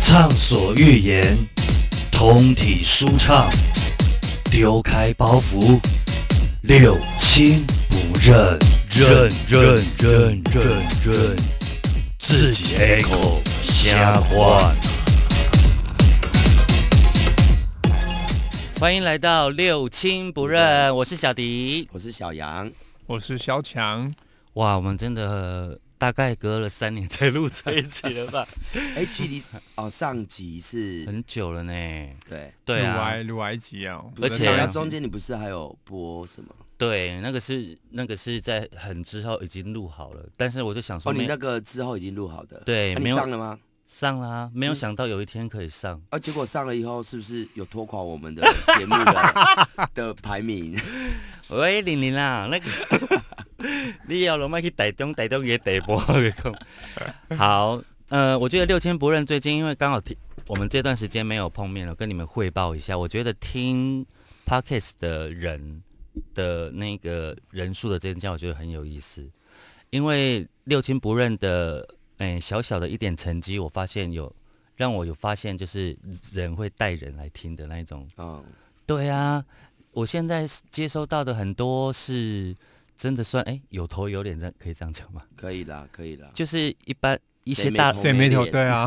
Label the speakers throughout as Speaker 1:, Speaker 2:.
Speaker 1: 畅所欲言，通体舒畅，丢开包袱，六亲不认，认认认认认，自己 A 口瞎换。
Speaker 2: 欢迎来到六亲不认，我是小迪。
Speaker 3: 我是小杨，
Speaker 4: 我是小强，
Speaker 2: 哇，我们真的呃大概隔了三年才录在一起了吧？
Speaker 3: 哎，距离哦上集 是，
Speaker 2: 很久了呢。
Speaker 3: 对，
Speaker 2: 对
Speaker 4: 鲁
Speaker 2: 啊
Speaker 4: 埃，鲁埃吉啊，
Speaker 2: 而且
Speaker 4: 我
Speaker 3: 那
Speaker 4: 在
Speaker 3: 中间你不是还有播什么？
Speaker 2: 对，那个是那个是在很之后已经录好了，但是我就想说
Speaker 3: 哦，
Speaker 2: 没，
Speaker 3: 你那个之后已经录好的，
Speaker 2: 对
Speaker 3: 那
Speaker 2: 没
Speaker 3: 你
Speaker 2: 有
Speaker 3: 上了吗？
Speaker 2: 上啦、没有想到有一天可以上。
Speaker 3: 啊，结果上了以后是不是有拖垮我 们的节目的的排名？
Speaker 2: 喂，玲玲啦，那个你要龙麦去台中，台中也得播。我跟你讲好，呃，我觉得六亲不认最近因为刚好听我们这段时间没有碰面了，跟你们汇报一下，我觉得听 podcast 的人的那个人数的增加，我觉得很有意思，因为六亲不认的，哎、小小的一点成绩，我发现有让我有发现，就是人会带人来听的那一种
Speaker 3: 嗯，
Speaker 2: 对啊，我现在是接收到的很多是真的算哎、有头有脸，这样可以这样讲吗？
Speaker 3: 可以啦，可以啦。
Speaker 2: 就是一般一
Speaker 3: 谁
Speaker 2: 些
Speaker 3: 没
Speaker 2: 大
Speaker 3: 头
Speaker 4: 谁没头？
Speaker 3: 脸
Speaker 4: 对啊，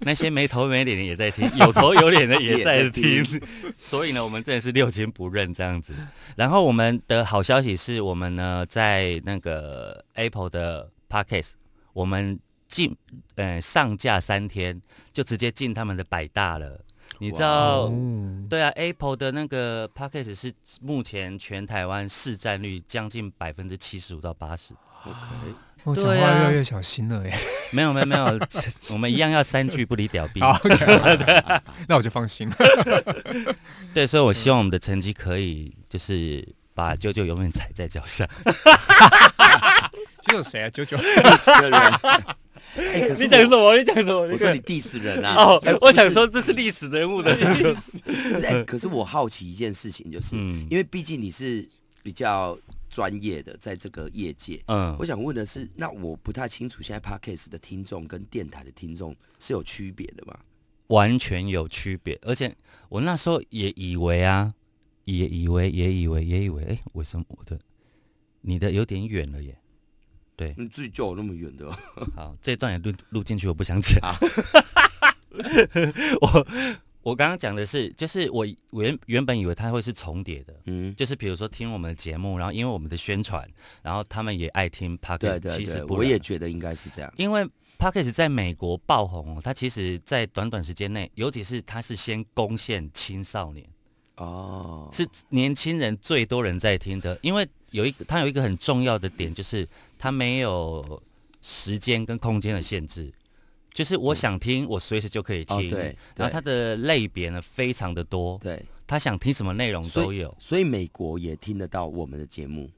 Speaker 2: 那些没头没脸的也在听，有头有脸的也在
Speaker 3: 也
Speaker 2: 听，所以呢，我们真的是六亲不认这样子。然后我们的好消息是我们呢在那个 Apple 的 Podcast，我们进呃上架三天就直接进他们的百大了。你知道
Speaker 4: 哦，
Speaker 2: 对啊，Apple 的那个 p a c k a g e 是目前全台湾市占率将近百分之七十五到八十。
Speaker 3: OK，
Speaker 4: 我哦讲话
Speaker 2: 对啊
Speaker 4: 越来越小心 了耶。
Speaker 2: 没有没有 没有，我们一样要三句不离屌逼。
Speaker 4: 好，OK，那 我就 放心了。
Speaker 2: 对，所以我希望我们的成绩可以就是把舅舅永远踩在脚下。
Speaker 4: 这有谁啊？九九，
Speaker 3: diss 人。哎，
Speaker 2: 么？
Speaker 3: 可是我
Speaker 2: 你讲什么
Speaker 3: 我说你 diss 人啊！哎
Speaker 2: 哦我想，说这是历史人 物的意思。
Speaker 3: 不是哎，可是我好奇一件事情，就是
Speaker 2: 嗯
Speaker 3: 因为毕竟你是比较专业的，在这个业界，
Speaker 2: 嗯
Speaker 3: 我，想问的是，那我不太清楚现在 podcast 的听众跟电台的听众是有区别的吗？
Speaker 2: 完全有区别。而且我那时候也以为啊，也以为也以为也以为，哎、为什么我的你的有点远了耶？对，
Speaker 3: 你嗯自己就有那么远的哦、
Speaker 2: 好，这段也录录进去，我不想讲。 我我刚刚讲的是，就是我我原原本以为它会是重叠的，
Speaker 3: 嗯，
Speaker 2: 就是比如说听我们的节目，然后因为我们的宣传，然后他们也爱听 p o c k e
Speaker 3: 对
Speaker 2: t
Speaker 3: 对
Speaker 2: 其实
Speaker 3: 对，
Speaker 2: 不
Speaker 3: 我
Speaker 2: 然
Speaker 3: 也觉得应该是这样。
Speaker 2: 因为 p o c k e t 在美国爆红哦，它其实在短短时间内，尤其是它是先攻陷青少年，
Speaker 3: 哦，
Speaker 2: 是年轻人最多人在听的，因为有一个它有一个很重要的点，就是它没有时间跟空间的限制，就是我想听，我随时就可以听。
Speaker 3: 哦对
Speaker 2: 然后它的类别呢非常的多，
Speaker 3: 对，
Speaker 2: 他想听什么内容
Speaker 3: 所以
Speaker 2: 都有，
Speaker 3: 所以美国也听得到我们的节目。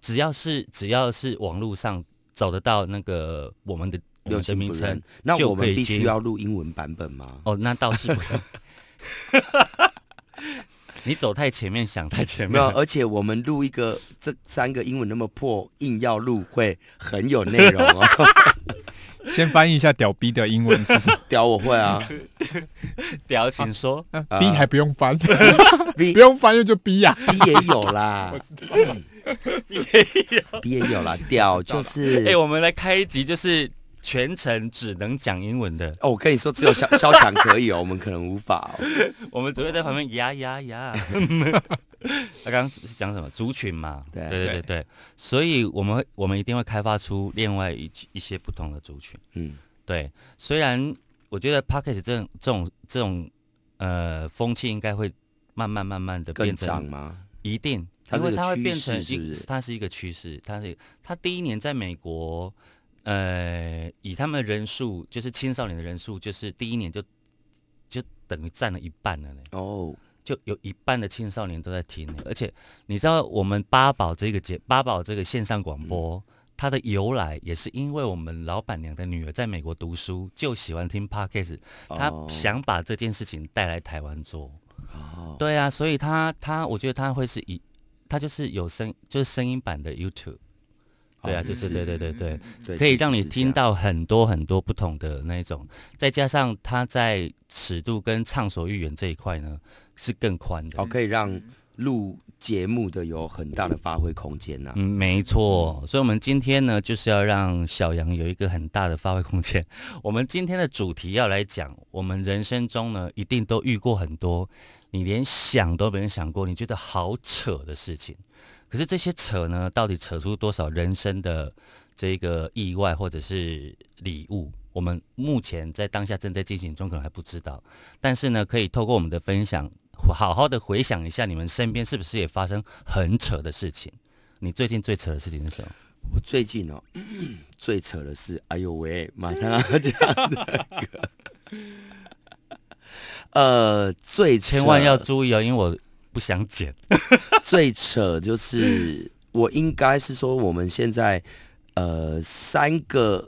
Speaker 2: 只要是只要是网络上找得到那个我们的我
Speaker 3: 六
Speaker 2: 们的
Speaker 3: 亲
Speaker 2: 名
Speaker 3: 不认
Speaker 2: 称，，
Speaker 3: 那
Speaker 2: 就
Speaker 3: 我们
Speaker 2: 可以
Speaker 3: 必须
Speaker 2: 听
Speaker 3: 要录英文版本吗？
Speaker 2: 哦，那倒是不 可以。 你走太前面，想太前
Speaker 3: 没
Speaker 2: 面
Speaker 3: 有，，而且我们录一个这三个英文那么破，硬要录会很有内容哦。
Speaker 4: 先翻译一下屌逼的英文是 什么
Speaker 3: 屌我 会啊
Speaker 2: 表情说。
Speaker 3: 呃
Speaker 4: 啊逼还不用 翻，
Speaker 3: ，B
Speaker 4: 不用翻译就逼啊 呀。
Speaker 3: B 也有啦
Speaker 4: 我知道，
Speaker 3: ，B 也有啦，屌就是
Speaker 2: 哎、我们来开一集，就是全程只能讲英文的，
Speaker 3: 哦，我跟你说，只有萧萧强可以哦，我 们可能无法哦。
Speaker 2: 我们只会在旁边呀呀 呀。他刚刚是讲什么族群嘛？
Speaker 3: 对
Speaker 2: 对对对，所以我们会我们一定会开发出另外一一些不同的族群。
Speaker 3: 嗯，
Speaker 2: 对，虽然我觉得 p o c k e t 这种这种这种呃风气应该会慢慢慢慢的
Speaker 3: 更
Speaker 2: 变
Speaker 3: 涨
Speaker 2: 成
Speaker 3: 吗？
Speaker 2: 一定，
Speaker 3: 它
Speaker 2: 因
Speaker 3: 是
Speaker 2: 为
Speaker 3: 个
Speaker 2: 它会
Speaker 3: 趋
Speaker 2: 变
Speaker 3: 势
Speaker 2: 成
Speaker 3: 是不
Speaker 2: 一，
Speaker 3: 是
Speaker 2: 它是一个趋势，它是它第一年在美国，呃，以他们人数就是青少年的人数，就是第一年就就等于占了一半了呢，
Speaker 3: 哦，
Speaker 2: 就有一半的青少年都在听呢。而且你知道我们八宝这个节八宝这个线上广播。
Speaker 3: 嗯
Speaker 2: 它的由来也是因为我们老板娘的女儿在美国读书，就喜欢听 podcast，她
Speaker 3: 哦
Speaker 2: 想把这件事情带来台湾做。
Speaker 3: 哦，
Speaker 2: 对啊，所以他他，我觉得他会是以，他就是有声，就是声音版的 YouTube，对啊，
Speaker 3: 哦
Speaker 2: 就是对对对对，
Speaker 3: 对，
Speaker 2: 可以
Speaker 3: 其实
Speaker 2: 让你
Speaker 3: 是这
Speaker 2: 听
Speaker 3: 样
Speaker 2: 到很多很多不同的那一种，再加上它在尺度跟畅所欲言这一块呢是更宽的。
Speaker 3: 哦，可以让录节目的有很大的发挥空间啊呐、
Speaker 2: 嗯，没错，所以我们今天呢，就是要让小杨有一个很大的发挥空间。 我们今天的主题要来讲，我们人生中呢，一定都遇过很多你连想都没想过，你觉得好扯的事情。可是这些扯呢，到底扯出多少人生的这个意外或者是礼物？我们目前在当下正在进行中，可能还不知道。但是呢，可以透过我们的分享，好好的回想一下，你们身边是不是也发生很扯的事情？你最近最扯的事情是什么？
Speaker 3: 我最近哦， 最扯的是，哎呦喂，马上要讲那个， 呃，最扯
Speaker 2: 千万要注意哦，因为我不想剪。
Speaker 3: 最扯就是我应该是说我们现在呃三个，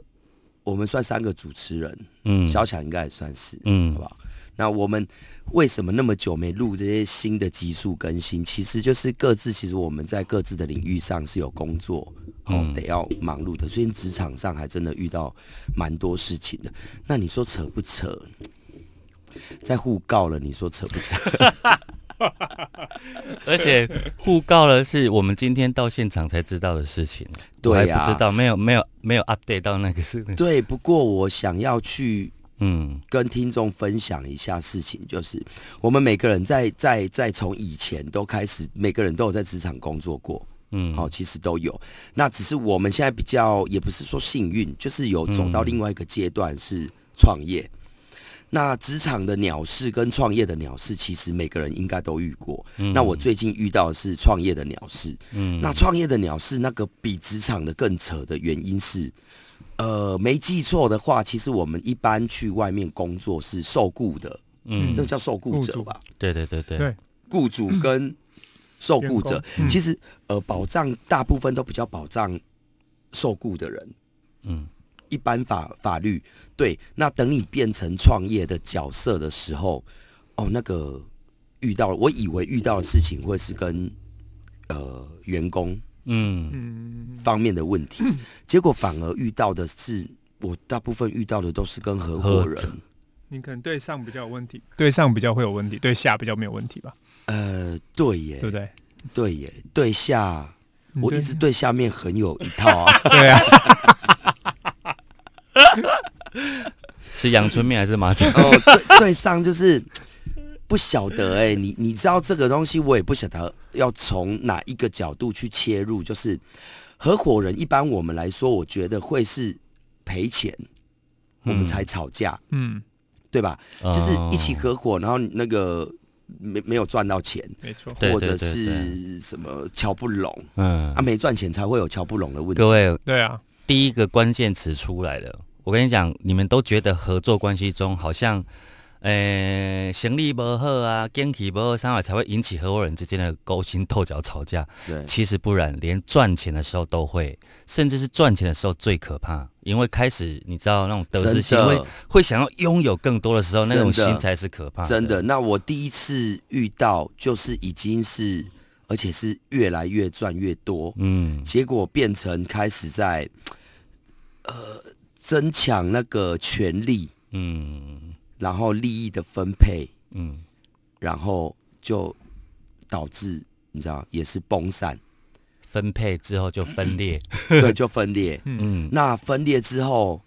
Speaker 3: 我们算三个主持人，
Speaker 2: 嗯，
Speaker 3: 小巧应该也算是，
Speaker 2: 嗯
Speaker 3: 好不好？那我们为什么那么久没录这些新的集数更新？其实就是各自，其实我们在各自的领域上是有工作，哦
Speaker 2: 嗯，
Speaker 3: 得要忙碌的。最近职场上还真的遇到蛮多事情的。那你说扯不扯？在互告了，你说扯 不扯？
Speaker 2: 而且互告了是我们今天到现场才知道的事情，
Speaker 3: 对啊呀
Speaker 2: 我还不知道，没有没有没有 update 到那个事。
Speaker 3: 对，不过我想要去
Speaker 2: 嗯
Speaker 3: 跟听众分享一下事情，就是我们每个人在在在从以前都开始，每个人都有在职场工作过，
Speaker 2: 嗯，
Speaker 3: 好、其实都有。那只是我们现在比较，也不是说幸运，就是有走
Speaker 2: 嗯
Speaker 3: 到另外一个阶段是创业。那职场的鸟事跟创业的鸟事，其实每个人应该都遇过。
Speaker 2: 嗯
Speaker 3: 那我最近遇到的是创业的鸟事。
Speaker 2: 嗯
Speaker 3: 那创业的鸟事那个比职场的更扯的原因是，呃，没记错的话，其实我们一般去外面工作是受雇的，
Speaker 2: 嗯
Speaker 3: 那，叫受雇
Speaker 4: 雇
Speaker 3: 者
Speaker 4: 主
Speaker 3: 吧？
Speaker 2: 对对对对，
Speaker 4: 对
Speaker 3: 雇主跟受雇者
Speaker 4: 员，工
Speaker 3: 其实呃，保障大部分都比较保障受雇的人。
Speaker 2: 嗯
Speaker 3: 一般法法律对，那等你变成创业的角色的时候，哦，那个遇到我以为遇到的事情会是跟呃员工
Speaker 2: 嗯
Speaker 4: 嗯，
Speaker 3: 方面的问题，结果反而遇到的是我大部分遇到的都是跟合伙
Speaker 2: 合
Speaker 3: 人，
Speaker 4: 你可能对上比较有问题，对上比较会有问题，对下比较没有问题吧？
Speaker 3: 呃，对
Speaker 4: 对不
Speaker 3: 耶，
Speaker 4: 对？
Speaker 3: 对耶，对下。
Speaker 2: 嗯
Speaker 4: 你
Speaker 3: 我一直对下面很有一套 啊，
Speaker 4: 对啊，
Speaker 2: 是阳春面还是麻酱？
Speaker 3: 哦，对对上就是不晓得哎、你你知道这个东西，我也不晓得要从哪一个角度去切入。就是合伙人，一般我们来说，我觉得会是赔钱，我们
Speaker 2: 嗯
Speaker 3: 才吵架，
Speaker 4: 嗯，
Speaker 3: 对吧？就是一起
Speaker 2: 哦
Speaker 3: 合伙，然后那个没没有赚到钱，
Speaker 4: 没错，
Speaker 2: 对
Speaker 3: 或者
Speaker 2: 对
Speaker 3: 是什么瞧不拢
Speaker 2: 嗯
Speaker 3: 啊，没赚钱才会有瞧不拢的问题
Speaker 2: 各。位
Speaker 4: 对啊，
Speaker 2: 第一个关键词出来了。我跟你讲，你们都觉得合作关系中好像，呃，行李不好啊，经济不好，三好才会引起合伙人之间的勾心斗角吵架。
Speaker 3: 对，
Speaker 2: 其实不然，连赚钱的时候都会，甚至是赚钱的时候最可怕，因为开始你知道那种得失心
Speaker 3: 真的
Speaker 2: 会会想要拥有更多的时候，那种
Speaker 3: 真的
Speaker 2: 心才是可怕
Speaker 3: 真的，那我第一次遇到就是已经是，而且是越来越赚越多，
Speaker 2: 嗯
Speaker 3: 结果变成开始在，呃，争抢那个权利，
Speaker 2: 嗯
Speaker 3: 然后利益的分配，
Speaker 2: 嗯，
Speaker 3: 然后就导致你知道也是崩 散，
Speaker 2: 分配之后就分裂，
Speaker 3: 对，就分裂。
Speaker 2: 嗯
Speaker 3: 那分裂之后，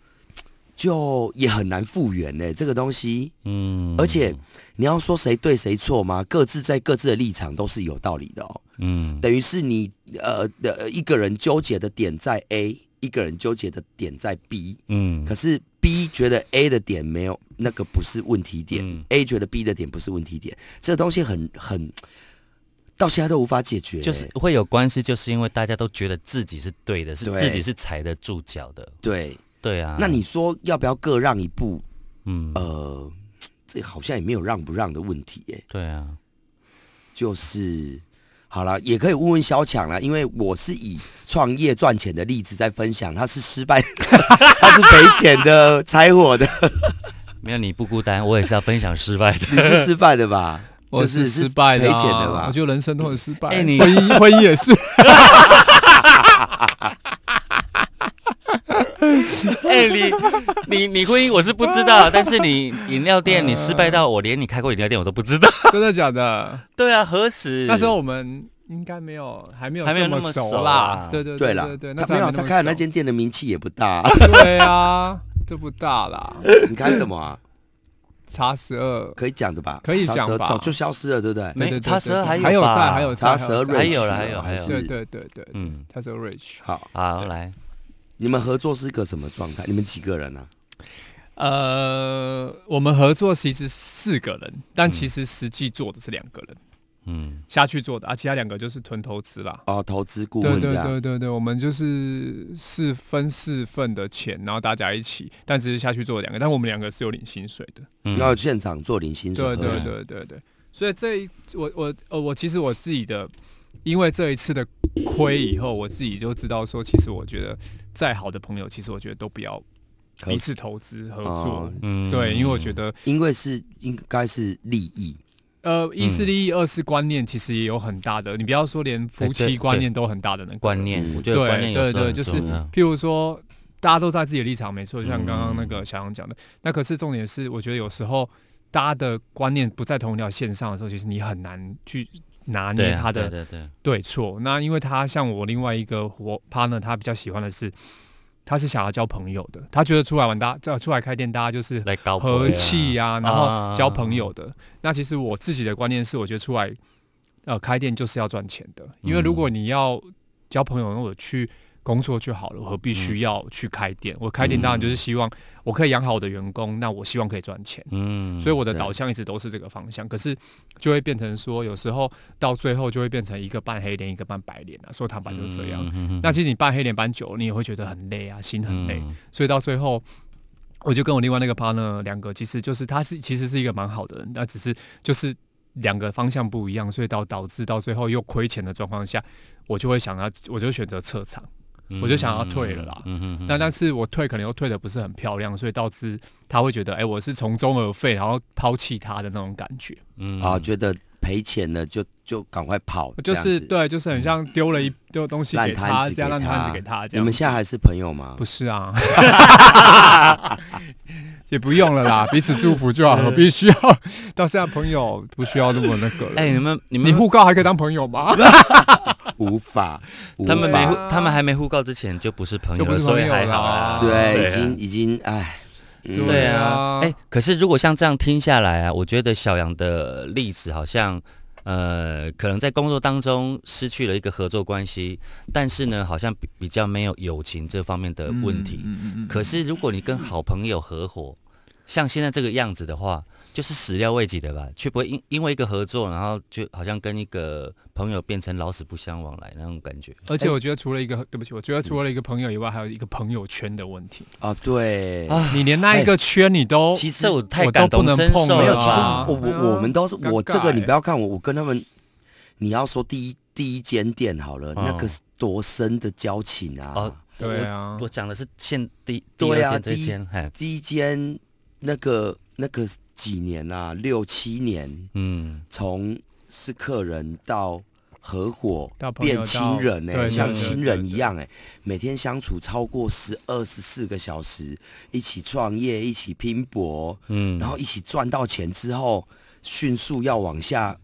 Speaker 3: 就也很难复原嘞、这个东西。
Speaker 2: 嗯，
Speaker 3: 而且你要说谁对谁错吗？各自在各自的立场都是有道理的哦。
Speaker 2: 嗯
Speaker 3: 等于是你呃的一个人纠结的点在 A，一个人纠结的点在 B，
Speaker 2: 嗯
Speaker 3: 可是 B 觉得 A 的点没有那个不是问题点、
Speaker 2: 嗯
Speaker 3: a 觉得 B 的点不是问题点，这个东西很很到现在都无法解决、
Speaker 2: 就是会有官司，就是因为大家都觉得自己是对的，是
Speaker 3: 对
Speaker 2: 自己是踩得住脚的，
Speaker 3: 对。
Speaker 2: 对啊。
Speaker 3: 那你说要不要各让一步？
Speaker 2: 嗯
Speaker 3: 呃，这好像也没有让不让的问题耶、
Speaker 2: 对啊，
Speaker 3: 就是好了，也可以问问小强啦，因为我是以创业赚钱的例子在分享，他是失败，他是赔钱的、拆伙 的，
Speaker 2: 没有你不孤单，我也是要分享失败的。
Speaker 3: 你是失败的吧？
Speaker 4: 我
Speaker 3: 就是
Speaker 4: 失败
Speaker 3: 赔
Speaker 4: 的啊，
Speaker 3: 钱的吧哎
Speaker 4: 我？觉得人生都很失败，
Speaker 2: 哎你
Speaker 4: 婚姻婚姻也是，
Speaker 2: 哎、你你你婚姻我是不知道，但是你饮料店你失败到我连你开过饮料店我都不知道。
Speaker 4: 真的假的？
Speaker 2: 对啊，何时？
Speaker 4: 那时候我们应该没有，还没有
Speaker 2: 还没有
Speaker 4: 这
Speaker 2: 那么熟
Speaker 4: 熟
Speaker 2: 啦
Speaker 4: 啦。对对
Speaker 3: 对
Speaker 4: 对
Speaker 3: 啦
Speaker 4: 对对，，那
Speaker 3: 他
Speaker 4: 时候
Speaker 3: 没有
Speaker 4: 还
Speaker 3: 他
Speaker 4: 么
Speaker 3: 开的那
Speaker 4: 熟
Speaker 3: 间店的名气也不大。
Speaker 4: 对啊，这不大啦，
Speaker 3: 你开什么啊？
Speaker 4: 差十二，
Speaker 3: 可以讲的吧？
Speaker 4: 可以讲
Speaker 3: 茶蛇
Speaker 4: 吧
Speaker 3: 早就消失了，对不对？
Speaker 2: 没
Speaker 4: 对对对
Speaker 2: 差十二
Speaker 4: 对
Speaker 2: 还有
Speaker 4: 还有
Speaker 2: 吧
Speaker 4: 在，还有在，
Speaker 3: 茶蛇
Speaker 4: 在
Speaker 3: 瑞
Speaker 2: 还
Speaker 3: 奇
Speaker 2: 有
Speaker 3: 了
Speaker 2: 了还有还有
Speaker 4: 对
Speaker 3: 是
Speaker 4: 对对对，嗯，
Speaker 2: 嗯，
Speaker 4: 差十二 rich。
Speaker 3: 好，
Speaker 2: 好来，
Speaker 3: 你们合作是个什么状态？你们几个人啊？
Speaker 4: 呃，我们合作其实四个人，但其实实际做的是两个人、
Speaker 2: 嗯，
Speaker 4: 下去做的啊，其他两个就是纯投资啦。
Speaker 3: 哦，投资顾
Speaker 4: 对
Speaker 3: 问
Speaker 4: 对
Speaker 3: 这样。
Speaker 4: 对对对，我们就是四分四份的钱，然后大家一起，但只是下去做两个，但我们两个是有领薪水的。
Speaker 2: 嗯
Speaker 3: 要现场做零薪水
Speaker 4: 对
Speaker 3: 合
Speaker 4: 对
Speaker 3: 理，
Speaker 4: 对对对，所以这一我我呃我其实我自己的，因为这一次的亏以后，我自己就知道说，其实我觉得再好的朋友，其实我觉得都不要
Speaker 3: 合
Speaker 4: 彼此投资合
Speaker 3: 哦
Speaker 4: 作。
Speaker 2: 嗯
Speaker 4: 对，因为我觉得
Speaker 3: 因为是应该是利益，
Speaker 4: 呃，一是利益，二是观念，其实也有很大的。你不要说连
Speaker 2: 嗯哎
Speaker 4: 夫
Speaker 2: 这
Speaker 4: 妻观
Speaker 2: 对
Speaker 4: 念都很大的那个
Speaker 2: 观念，
Speaker 3: 嗯
Speaker 2: 我觉
Speaker 4: 对
Speaker 2: 得观念有
Speaker 4: 对
Speaker 2: 时候
Speaker 4: 对，
Speaker 2: 很
Speaker 4: 就是
Speaker 2: 重要
Speaker 4: 譬如说，大家都在自己的立场，没错，就像刚刚那
Speaker 2: 嗯
Speaker 4: 个小杨讲的。那可是重点是，我觉得有时候大家的观念不在同一条线上的时候，其实你很难去拿
Speaker 2: 对
Speaker 4: 捏
Speaker 2: 啊
Speaker 4: 他的
Speaker 2: 对对对，
Speaker 4: 对错。那因为他像我另外一个伙 partner，他比较喜欢的是，他是想要交朋友的，他觉得出来玩大家出来开店，大家就是
Speaker 2: 来高
Speaker 4: 和
Speaker 2: 贵啊
Speaker 4: 气呀、然
Speaker 2: 啊
Speaker 4: 后交朋友的。那其实我自己的观念是，我觉得出来呃开店就是要赚钱的，因为如
Speaker 2: 嗯
Speaker 4: 果你要交朋友，那我去工作就好了，我何必
Speaker 2: 嗯
Speaker 4: 需要去开店？我开店当然就是希望我可以养好我的员工，那我希望可以赚钱。
Speaker 2: 嗯，
Speaker 4: 所以我的
Speaker 3: 对
Speaker 4: 导向一直都是这个方向，可是就会变成说，有时候到最后就会变成一个扮黑脸，一个扮白脸啊。说坦白就是这样。
Speaker 2: 嗯
Speaker 4: 那其实你扮黑脸扮久了，你也会觉得很累啊，心很累。，
Speaker 2: 嗯
Speaker 4: 所以到最后，我就跟我另外那个 partner 两个，其实就是他是其实是一个蛮好的人，那只是就是两个方向不一样，所以到导致到最后又亏钱的状况下，我就会想要，我就选择撤场。
Speaker 2: 嗯
Speaker 4: 我就想要退了啦
Speaker 2: 嗯嗯嗯
Speaker 4: 那但是我退可能又退的不是很漂亮，所以导致他会觉得，哎、我是从中而废，然后抛弃他的那种感觉，
Speaker 2: 嗯
Speaker 3: 啊，觉得赔钱了就就赶快跑，
Speaker 4: 就
Speaker 3: 这
Speaker 4: 是
Speaker 3: 样子。
Speaker 4: 对，就是很像丢了一丢东西给
Speaker 3: 烂摊
Speaker 4: 他，
Speaker 3: 子
Speaker 4: 这样
Speaker 3: 给
Speaker 4: 烂摊子
Speaker 3: 他
Speaker 4: 给他，
Speaker 3: 你
Speaker 4: 这样
Speaker 3: 们现在还是朋友吗
Speaker 4: 不？是啊， 也不用了 啦，彼此祝福就好，何必须要到现在朋友不需要那么那个了？
Speaker 2: 哎、你们你
Speaker 4: 你
Speaker 2: 们
Speaker 4: 互告还可以当朋友 吗？
Speaker 3: 无 法，无
Speaker 2: 他们没
Speaker 3: 法
Speaker 2: 互
Speaker 4: 对啊
Speaker 2: 他们还没互告之前就不是朋友
Speaker 4: 就不
Speaker 2: 了，
Speaker 4: 是
Speaker 2: 所以
Speaker 4: 朋友
Speaker 2: 还好
Speaker 4: 啦
Speaker 2: 啦。
Speaker 3: 对，已
Speaker 2: 啊
Speaker 3: 经已经唉，嗯
Speaker 2: 对
Speaker 4: 对
Speaker 2: 啊
Speaker 4: 啊，
Speaker 2: 哎、可是如果像这样听下来啊，我觉得小杨的例子好像，呃，可能在工作当中失去了一个合作关系，但是呢，好像比比较没有友情这方面的问题。
Speaker 4: 嗯嗯嗯嗯
Speaker 2: 可是如果你跟好朋友合伙，像现在这个样子的话，就是始料未及的吧，却不会因因为一个合作，然后就好像跟一个朋友变成老死不相往来那种感觉。
Speaker 4: 而且我觉得除了一个，对不起，我觉得除了一个朋友以外，还有一个朋友圈的问题。
Speaker 3: 啊，对
Speaker 2: 啊哎
Speaker 4: 你连那一个圈你都
Speaker 2: 其实我太
Speaker 4: 我
Speaker 2: 感
Speaker 4: 都
Speaker 2: 同
Speaker 4: 不能
Speaker 2: 身
Speaker 4: 碰
Speaker 2: 受
Speaker 3: 没有，
Speaker 2: 了
Speaker 3: 其
Speaker 4: 了
Speaker 3: 实
Speaker 2: 吧
Speaker 4: 啊
Speaker 3: 我
Speaker 4: 对啊
Speaker 3: 我我们都是我
Speaker 4: 尴尬
Speaker 3: 这个，你
Speaker 4: 欸
Speaker 3: 不要看我，我跟他们，你要说第一第一间店好了，那个
Speaker 2: 嗯
Speaker 3: 是多深的交情
Speaker 2: 哦
Speaker 3: 啊！
Speaker 4: 对啊
Speaker 2: 我，讲的是现第第
Speaker 3: 对
Speaker 2: 二
Speaker 3: 啊
Speaker 2: 件这
Speaker 3: 第一
Speaker 2: 件，嘿，
Speaker 3: 第一间那个那个几年啊，六七年，
Speaker 2: 嗯，
Speaker 3: 从是客人到合伙
Speaker 4: 到朋友
Speaker 3: 变亲人呢、
Speaker 4: 到对
Speaker 3: 像
Speaker 2: 对对
Speaker 3: 亲人一样哎、每天相处超过十二十四个小时，一起创业，一起拼搏，
Speaker 2: 嗯，
Speaker 3: 然后一起赚到钱之后，迅速要往下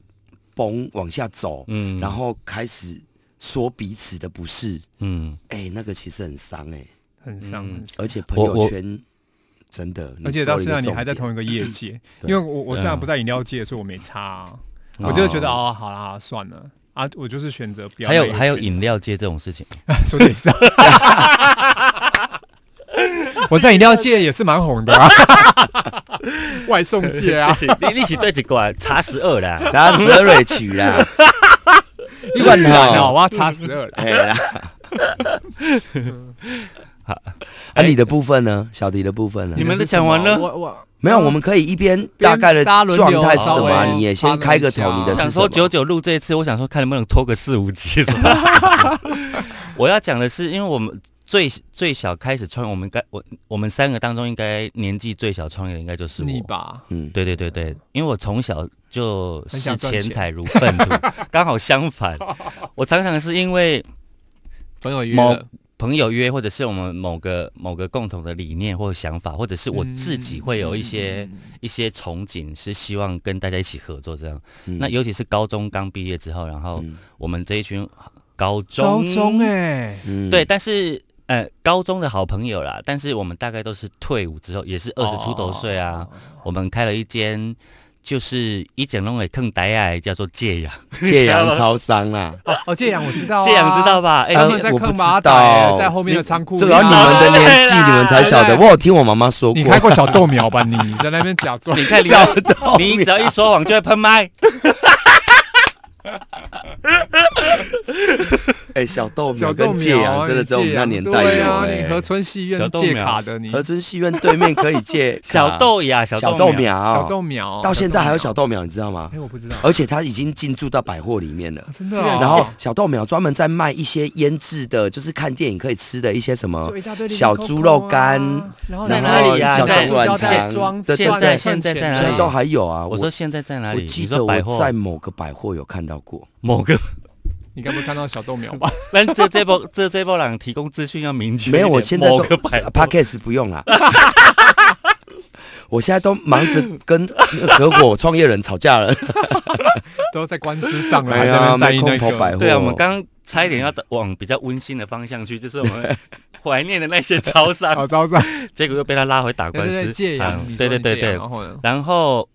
Speaker 3: 崩，往下走，
Speaker 2: 嗯
Speaker 3: 然后开始说彼此的不是，
Speaker 2: 嗯，
Speaker 3: 哎、那个其实很伤哎、
Speaker 4: 很伤，
Speaker 2: 嗯
Speaker 4: 很伤。
Speaker 3: 而且朋
Speaker 2: 我
Speaker 3: 友
Speaker 2: 我
Speaker 3: 圈真的，你
Speaker 4: 而且
Speaker 3: 说
Speaker 4: 到
Speaker 3: 了一
Speaker 4: 现
Speaker 3: 个
Speaker 4: 在你
Speaker 3: 重
Speaker 4: 还在
Speaker 3: 点
Speaker 4: 同一个 业界，
Speaker 3: 对
Speaker 4: 因为我我现在
Speaker 2: 嗯
Speaker 4: 不在饮料界，所以我没差啊、我就觉得哦，好啦好啦，算了啊，我就是选择不要
Speaker 2: 还
Speaker 4: 那一
Speaker 2: 有
Speaker 4: 群。
Speaker 2: 还有饮料界这种事情，
Speaker 4: 说得 也是啊，我在饮料界也是蛮红的啊，外送 界啊，
Speaker 2: 你一起对几罐茶十二啦，
Speaker 3: 然后十二瑞曲啦，
Speaker 4: 乱 哦，我要差十二 了。
Speaker 3: 哎 呀，啊，你的部分呢？小迪的部分呢？
Speaker 2: 你们的讲完了
Speaker 4: 我我
Speaker 3: 没有，我们可以一边大概的
Speaker 4: 大家轮
Speaker 3: 状
Speaker 4: 流
Speaker 3: 态是什么啊？
Speaker 2: 稍微
Speaker 3: 你也先开个头，你的
Speaker 2: 想
Speaker 3: 是什
Speaker 2: 说
Speaker 3: 么？
Speaker 2: 九九录这一次，我想说看能不能拖个四五集。是吧 我要讲的是，因为我们最最小开始创业，我们该我我们三个当中应该年纪最小创业的应该就是我
Speaker 4: 你。吧，
Speaker 3: 嗯，
Speaker 2: 对对对对，因为我从小就
Speaker 4: 很
Speaker 2: 视
Speaker 4: 想赚
Speaker 2: 钱
Speaker 4: 钱
Speaker 2: 财如 粪土，刚好相反，我常常是因为
Speaker 4: 朋友约
Speaker 2: 某
Speaker 4: 了，
Speaker 2: 朋友约，或者是我们某个某个共同的理念或想法，或者是我自
Speaker 4: 嗯
Speaker 2: 己会有一些、一些憧憬，是希望跟大家一起合作这样。
Speaker 3: 嗯
Speaker 2: 那尤其是高中刚毕业之后，然后我们这一群高中
Speaker 4: 高中哎，
Speaker 3: 嗯
Speaker 2: 对，，但是呃，高中的好朋友啦，但是我们大概都是退伍之后，也是二十出头岁啊，
Speaker 3: 哦
Speaker 2: 我们开了一间。就是一整弄的坑呆矮，叫做戒阳，
Speaker 3: 借阳超商啦，
Speaker 4: 哦哦，建阳我知 道啊，
Speaker 2: 戒阳知道吧？哎、
Speaker 4: 他
Speaker 3: 呃
Speaker 4: 们在
Speaker 3: 我不
Speaker 4: 坑
Speaker 3: 知
Speaker 4: 马
Speaker 3: 道
Speaker 4: 仔，在后面的仓库里啊。
Speaker 3: 这个要你们的 年
Speaker 2: 对
Speaker 3: 纪
Speaker 2: 啦
Speaker 3: 你们才晓得。
Speaker 4: 对对
Speaker 3: 我有听我妈妈说
Speaker 4: 你
Speaker 3: 过，
Speaker 4: 开过小豆苗吧？你在那边假 装
Speaker 2: 你看你
Speaker 3: 小豆
Speaker 2: 你只要一说谎就会喷 麦，
Speaker 3: 哎，小豆
Speaker 4: 小
Speaker 3: 苗
Speaker 4: 豆
Speaker 3: 跟借
Speaker 4: 苗啊，
Speaker 3: 阳真的在我们那
Speaker 4: 你
Speaker 3: 年
Speaker 4: 借
Speaker 3: 代
Speaker 4: 对
Speaker 3: 有
Speaker 4: 啊，你
Speaker 3: 哎
Speaker 4: 和，村戏
Speaker 2: 小
Speaker 4: 院
Speaker 2: 豆
Speaker 4: 借
Speaker 2: 苗
Speaker 4: 卡的你
Speaker 3: 和村戏院对面可以借卡
Speaker 2: 小豆芽，小
Speaker 3: 小
Speaker 2: 豆
Speaker 3: 豆
Speaker 2: 苗，
Speaker 3: 苗，
Speaker 4: 小豆苗，
Speaker 3: 哦到现在还有小豆苗，你知道吗
Speaker 4: 哎，？我不知道，
Speaker 3: 而且它已经进驻到百货里面了。
Speaker 4: 真的哦，
Speaker 3: 啊然后小豆苗专门在卖一些腌制的，就是看电影可以吃的一些什么
Speaker 4: 就一大堆
Speaker 3: 小猪肉干，
Speaker 4: 啊然后
Speaker 2: 在
Speaker 3: 然
Speaker 2: 哪里呀
Speaker 3: 后小
Speaker 2: 在
Speaker 3: 熊软
Speaker 2: 在
Speaker 3: 糖，
Speaker 4: 装
Speaker 3: 对对
Speaker 2: 现
Speaker 3: 对
Speaker 2: 在，
Speaker 4: 现在在哪
Speaker 3: 现
Speaker 4: 里
Speaker 3: 在都还有啊。
Speaker 2: 我说现在在哪
Speaker 3: 我
Speaker 2: 里？
Speaker 3: 记
Speaker 2: 你
Speaker 3: 得
Speaker 2: 说百
Speaker 3: 我
Speaker 2: 货
Speaker 3: 在某个百货有看到过，
Speaker 2: 某个，
Speaker 4: 你该不会看到小豆苗吧？
Speaker 2: 那这这波这这波人提供资讯要明确一点。
Speaker 3: 没有，我现在
Speaker 2: 某
Speaker 3: 都
Speaker 2: 个百
Speaker 4: 啊
Speaker 2: 货
Speaker 3: p a c k a g e 不 用啦。我现在都忙着跟合伙创业人吵架了，
Speaker 4: 都在官司上了，还
Speaker 3: 哎
Speaker 4: 在
Speaker 3: 呀
Speaker 4: 那边在意
Speaker 3: 卖
Speaker 4: 那
Speaker 3: 空头百
Speaker 4: 个
Speaker 3: 货
Speaker 2: 对啊，我们刚刚差一点要往比较温馨的方向去，就是我们怀念的那些超 商，
Speaker 4: 好招商，
Speaker 2: 结果又被他拉回打官
Speaker 4: 对哦对
Speaker 2: 司。
Speaker 4: 对，借
Speaker 2: 啊
Speaker 4: 阳，
Speaker 3: 嗯
Speaker 4: 你
Speaker 2: 对
Speaker 4: 说
Speaker 2: 对
Speaker 4: 你
Speaker 2: 对
Speaker 4: 借哦
Speaker 2: 对
Speaker 4: 阳然后呢？
Speaker 2: 然后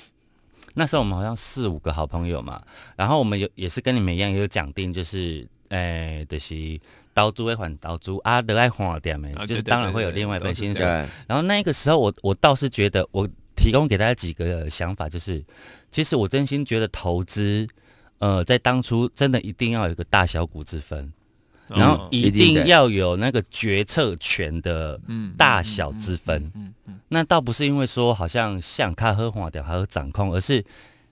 Speaker 2: 那时候我们好像四五个好朋友嘛，然后我们有也是跟你们一样也有讲定，就是诶、就是刀租会还刀租啊，得爱还点没，
Speaker 4: 啊对
Speaker 2: 就是
Speaker 4: 对
Speaker 2: 当然
Speaker 4: 对
Speaker 2: 会有
Speaker 4: 对
Speaker 2: 另外一份
Speaker 4: 都是
Speaker 2: 薪
Speaker 4: 这
Speaker 2: 水
Speaker 4: 样。
Speaker 3: 对，
Speaker 2: 然后那个时候我，我倒是觉得，我提供给大家几个想法，就是其实我真心觉得投资，呃，在当初真的一定要有一个大小股之分，
Speaker 4: 嗯
Speaker 2: 然
Speaker 4: 哦
Speaker 2: 后一
Speaker 3: 一定
Speaker 2: 定
Speaker 3: 的
Speaker 2: 要有那个决策权的
Speaker 4: 嗯
Speaker 2: 大小之分。
Speaker 4: 嗯嗯，
Speaker 2: 那倒不是因为说好像像他喝黄掉还有掌控，而是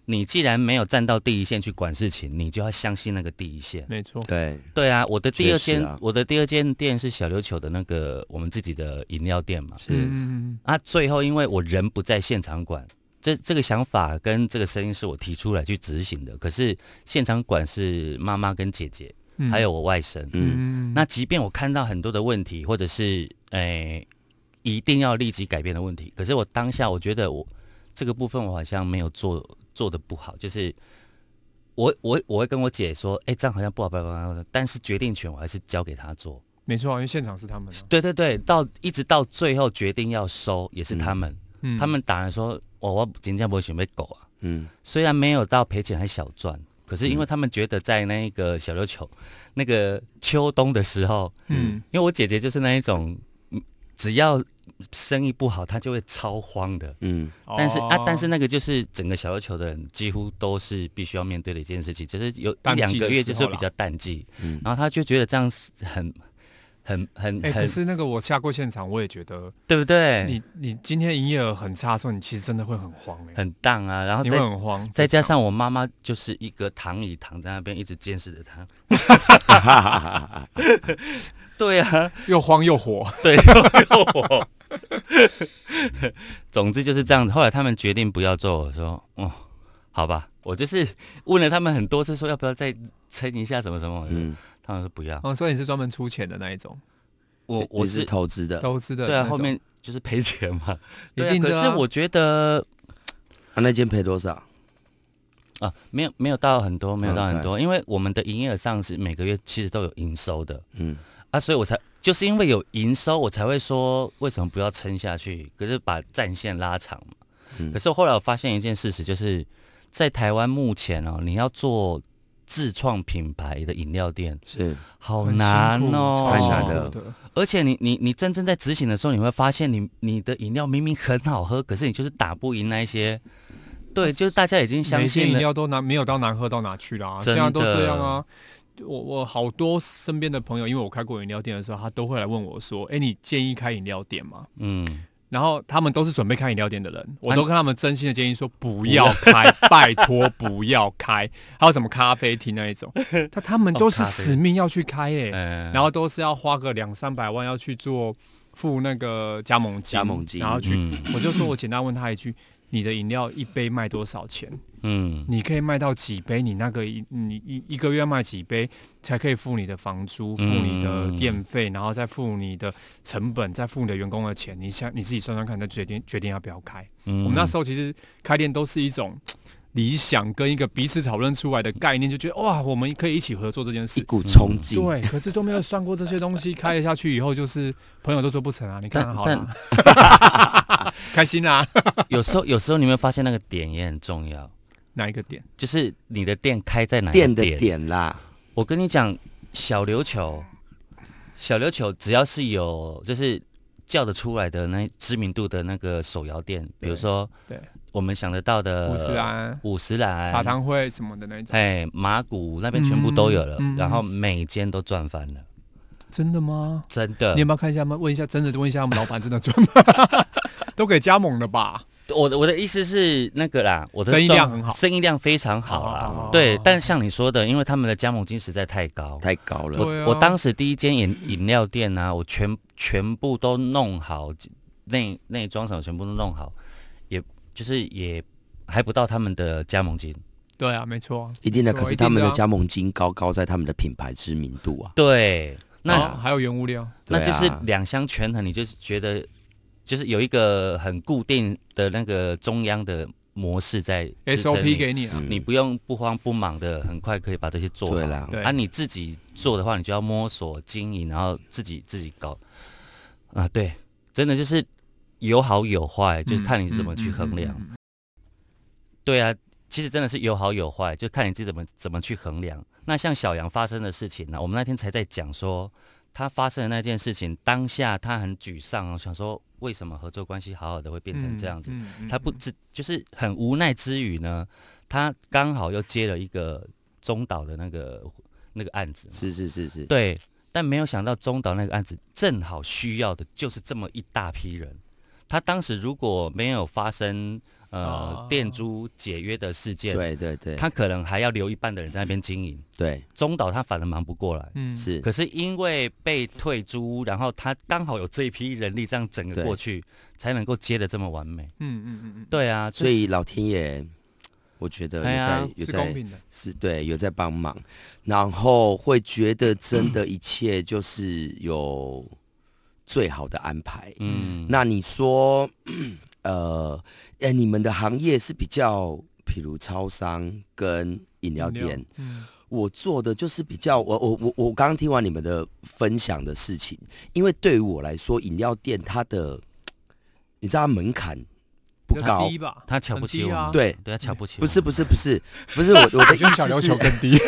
Speaker 2: 你既然没有站到第一线去管事情，你就要相信那个第一线。
Speaker 4: 没错，
Speaker 3: 对，
Speaker 2: 对啊，我的第二
Speaker 3: 确实
Speaker 2: 间，
Speaker 3: 啊
Speaker 2: 我的第二间店是小琉球的那个我们自己的饮料店嘛。
Speaker 3: 是
Speaker 4: 嗯
Speaker 2: 啊，最后因为我人不在现场管，这这个想法跟这个声音是我提出来去执行的。可是现场管是妈妈跟姐姐，
Speaker 4: 嗯
Speaker 2: 还有我外甥。
Speaker 3: 嗯，
Speaker 2: 那即便我看到很多的问题，或者是诶、一定要立即改变的问题，可是我当下我觉得我这个部分我好像没有做做的不好，就是。我我我会跟我姐说，哎、这样好像不好，不好，不好。不好但是决定权我还是交给她做。
Speaker 4: 没错啊，因为现场是他们啊，
Speaker 2: 对对对，到一直到最后决定要收，也是他们。
Speaker 4: 嗯
Speaker 2: 他们打来说，我我新加坡选被狗啊，
Speaker 3: 嗯，
Speaker 2: 虽然没有到赔钱还小赚，可是因
Speaker 4: 嗯
Speaker 2: 为他们觉得在那个小琉球那个秋冬的时候，
Speaker 4: 嗯
Speaker 2: 因为我姐姐就是那一种，嗯只要生意不好，她就会超慌的。
Speaker 3: 嗯，
Speaker 2: 但是、啊
Speaker 4: 哦，
Speaker 2: 但是那个就是整个小琉球的人几乎都是必须要面对的一件事情，就是有一
Speaker 4: 淡季的
Speaker 2: 两个月
Speaker 4: 时
Speaker 2: 就
Speaker 4: 候
Speaker 2: 是比
Speaker 4: 啦
Speaker 2: 较淡季，
Speaker 3: 嗯
Speaker 2: 然后她就觉得这样是很很很
Speaker 4: 哎，可
Speaker 2: 很，
Speaker 4: 是那个我下过现场，我也觉得
Speaker 2: 对不对？
Speaker 4: 你你今天营业额很差的时候，你其实真的会很慌哎，
Speaker 2: 很荡啊，然后
Speaker 4: 你
Speaker 2: 再
Speaker 4: 会很慌，
Speaker 2: 再加上我妈妈就是一个躺椅躺在那边，一直监视着 她。对啊，
Speaker 4: 又慌又火，
Speaker 2: 对，又我。总之就是这样子。后来他们决定不要做，我说哦，好吧。我就是问了他们很多次，说要不要再撑一下什么什么，
Speaker 3: 嗯，
Speaker 2: 他们说不要。
Speaker 4: 哦，所以你是专门出钱的那一种，
Speaker 2: 我我
Speaker 3: 你是
Speaker 2: 是
Speaker 3: 投资的，
Speaker 4: 投资的
Speaker 2: 对啊，
Speaker 4: 那
Speaker 2: 后
Speaker 4: 种
Speaker 2: 面就是赔钱 嘛。
Speaker 4: 一
Speaker 2: 对啊
Speaker 4: 定
Speaker 2: 可
Speaker 4: 的
Speaker 2: 是
Speaker 4: 啊
Speaker 2: 我觉得
Speaker 3: 啊那间赔多少？
Speaker 2: 啊，没有没有到很多，没有到很多，因为我们的营业额上是每个月其实都有营收的。
Speaker 3: 嗯，
Speaker 2: 啊，所以我才就是因为有营收，我才会说为什么不要撑下去，可是把战线拉长嘛。
Speaker 3: 嗯
Speaker 2: 可是后来我发现一件事实，就是在台湾目前哦，你要做自创品牌的饮料店，
Speaker 3: 是，
Speaker 2: 好
Speaker 4: 很辛
Speaker 2: 难
Speaker 4: 苦
Speaker 2: 哦，
Speaker 4: 超
Speaker 3: 太
Speaker 4: 辛
Speaker 3: 难
Speaker 4: 苦
Speaker 3: 了
Speaker 4: 的
Speaker 2: 而且你你你真正在执行的时候，你会发现你你的饮料明明很好喝，可是你就是打不赢那一些。对，就是大家已经
Speaker 4: 每
Speaker 2: 相
Speaker 4: 一间
Speaker 2: 信
Speaker 4: 饮
Speaker 2: 了，
Speaker 4: 料都难，没有到难喝到哪去啦，
Speaker 2: 真
Speaker 4: 现在都
Speaker 2: 的
Speaker 4: 这样啊。我我好多身边的朋友，因为我开过饮料店的时候，他都会来问我说：“哎、你建议开饮料店吗
Speaker 2: 嗯，？”
Speaker 4: 然后他们都是准备开饮料店的人，我
Speaker 2: 啊
Speaker 4: 都跟他们真心的建议说：“不要开， 拜托不要开。”还有什么咖啡厅那一种，他他们
Speaker 2: 哦
Speaker 4: 都是
Speaker 2: 咖啡
Speaker 4: 死命要去开耶、
Speaker 2: 呃
Speaker 4: 然后都是要花个两三百万要去做付那个加盟金，
Speaker 3: 加盟金
Speaker 4: 然后去
Speaker 2: 嗯
Speaker 4: 我就说，我简单问他一句：“你的饮料一杯卖多少钱，
Speaker 2: 嗯
Speaker 4: 你可以卖到几杯，你那个一你一一个月要卖几杯才可以付你的房租、付你的
Speaker 2: 嗯
Speaker 4: 电费，然后再付你的成本，再付你的员工的钱，你想你自己算算看，再决定决定要不要开。
Speaker 2: 嗯
Speaker 4: 我们那时候其实开店都是一种理想跟一个彼此讨论出来的概念，就觉得哇，我们可以一起合作这件
Speaker 3: 一
Speaker 4: 事。
Speaker 3: 股冲
Speaker 2: 嗯
Speaker 3: 劲。
Speaker 4: 对，可是都没有算过这些东西，开了下去以后就是朋友都做不成啊。你看
Speaker 2: 但
Speaker 4: 好了， 开心啊，
Speaker 2: 嗯有时候有时候你会发现那个点也很重要，
Speaker 4: 哪一个点？
Speaker 2: 就是你的店开在哪一个
Speaker 3: 店的点啦，
Speaker 2: 我跟你讲，小琉球，小琉球只要是有就是叫得出来的那知名度的那个手摇店，比如说
Speaker 4: 对，
Speaker 2: 我们想得到的
Speaker 4: 五十、兰、
Speaker 2: 五十兰、
Speaker 4: 茶汤会什么的那一种。
Speaker 2: 哎马古那边全部都有了，
Speaker 4: 嗯嗯
Speaker 2: 然后每间都赚翻了，
Speaker 4: 真的吗？
Speaker 2: 真的
Speaker 3: 呃
Speaker 4: 你有。没有看一下吗？问一下，真的问一下我们老板，真的赚吗？ 都给加盟了吧？
Speaker 2: 我的我的意思是那个啦，我的
Speaker 4: 生意
Speaker 2: 状
Speaker 4: 量很好
Speaker 2: 生意量非常好啦。
Speaker 4: 哦
Speaker 2: 对，但像你说的，因为他们的加盟金实在太高，
Speaker 3: 太高了。
Speaker 2: 我、
Speaker 4: 对啊
Speaker 2: 我当时第一间饮饮料店啊，我全全部都弄好，内内装什么全部都弄好，也就是也还不到他们的加盟金。
Speaker 4: 对啊，没错啊。
Speaker 3: 一定的，
Speaker 4: 对啊
Speaker 3: 可是他们
Speaker 4: 一定
Speaker 3: 的
Speaker 4: 的啊
Speaker 3: 加盟金高高在他们的品牌知名度啊，
Speaker 2: 对，那、
Speaker 4: 然后还有原物料，
Speaker 3: 对
Speaker 2: 那
Speaker 3: 啊
Speaker 2: 就是两相权衡，你就是觉得就是有一个很固定的那个中央的模式在支撑
Speaker 4: SOP
Speaker 2: 你
Speaker 4: 给你啊。
Speaker 2: 你
Speaker 3: 嗯
Speaker 2: 不用不慌不忙的，很快可以把这些做好。
Speaker 3: 对啦，
Speaker 4: 对
Speaker 2: 啊，你自己做的话，你就要摸索经营，然后自己自己搞。啊，对，真的就是有好有坏，就是看你怎么去衡量。
Speaker 4: 嗯嗯嗯嗯
Speaker 2: 对啊，其实真的是有好有坏，就看你自己怎么怎么去衡量。那像小杨发生的事情呢、我们那天才在讲说，他发生的那件事情，当下他很沮丧哦，想说为什么合作关系好好的会变成这样子？
Speaker 4: 嗯嗯嗯
Speaker 2: 他不知就是很无奈之余呢，他刚好又接了一个中岛的那个那个案子，
Speaker 3: 是是是是，
Speaker 2: 对，但没有想到中岛那个案子正好需要的就是这么一大批人。他当时如果没有发生呃
Speaker 4: 哦
Speaker 2: 店租解约的事件，
Speaker 3: 对对对，
Speaker 2: 他可能还要留一半的人在那边经营。
Speaker 3: 对
Speaker 2: 中岛他反而忙不过来，
Speaker 4: 嗯
Speaker 3: 是
Speaker 2: 可是因为被退租，然后他刚好有这一批人力这样整个
Speaker 3: 对
Speaker 2: 过去，才能够接的这么完美。
Speaker 4: 嗯嗯嗯嗯，
Speaker 2: 对啊，
Speaker 3: 所以老天爷，我觉得有
Speaker 2: 哎呀
Speaker 3: 在有
Speaker 4: 是公
Speaker 3: 在
Speaker 4: 平的。
Speaker 3: 是对有在帮忙，然后会觉得真
Speaker 2: 嗯
Speaker 3: 的一切就是有最好的安排。
Speaker 2: 嗯，
Speaker 3: 那你说，呃，哎，你们的行业是比较，譬如超商跟饮料店，
Speaker 4: 嗯，
Speaker 3: 我做的就是比较，我我我我刚刚听完你们的分享的事情，因为对于我来说，饮料店它的，你知道它门槛不
Speaker 4: 比较
Speaker 3: 高
Speaker 4: 低，吧？
Speaker 2: 他瞧不起我们，
Speaker 4: 很低啊
Speaker 3: 对，
Speaker 2: 对他瞧不起我
Speaker 3: 不
Speaker 2: 们，
Speaker 3: 是不是不是不是我我的意
Speaker 4: 我觉得小
Speaker 3: 思
Speaker 4: 琉球
Speaker 3: 是，
Speaker 4: 更 低，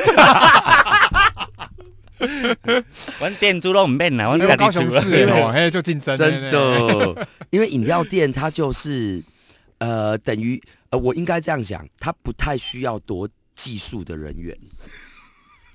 Speaker 2: 玩店租都唔免啦，玩
Speaker 4: 因为
Speaker 2: 家
Speaker 4: 高
Speaker 2: 己
Speaker 4: 雄
Speaker 2: 租啦
Speaker 4: 市哎哦，嘿就竞争
Speaker 3: 真
Speaker 4: 了，
Speaker 3: 的，因为饮料店它就是，呃，等于呃，我应该这样想，它不太需要多技术的人员。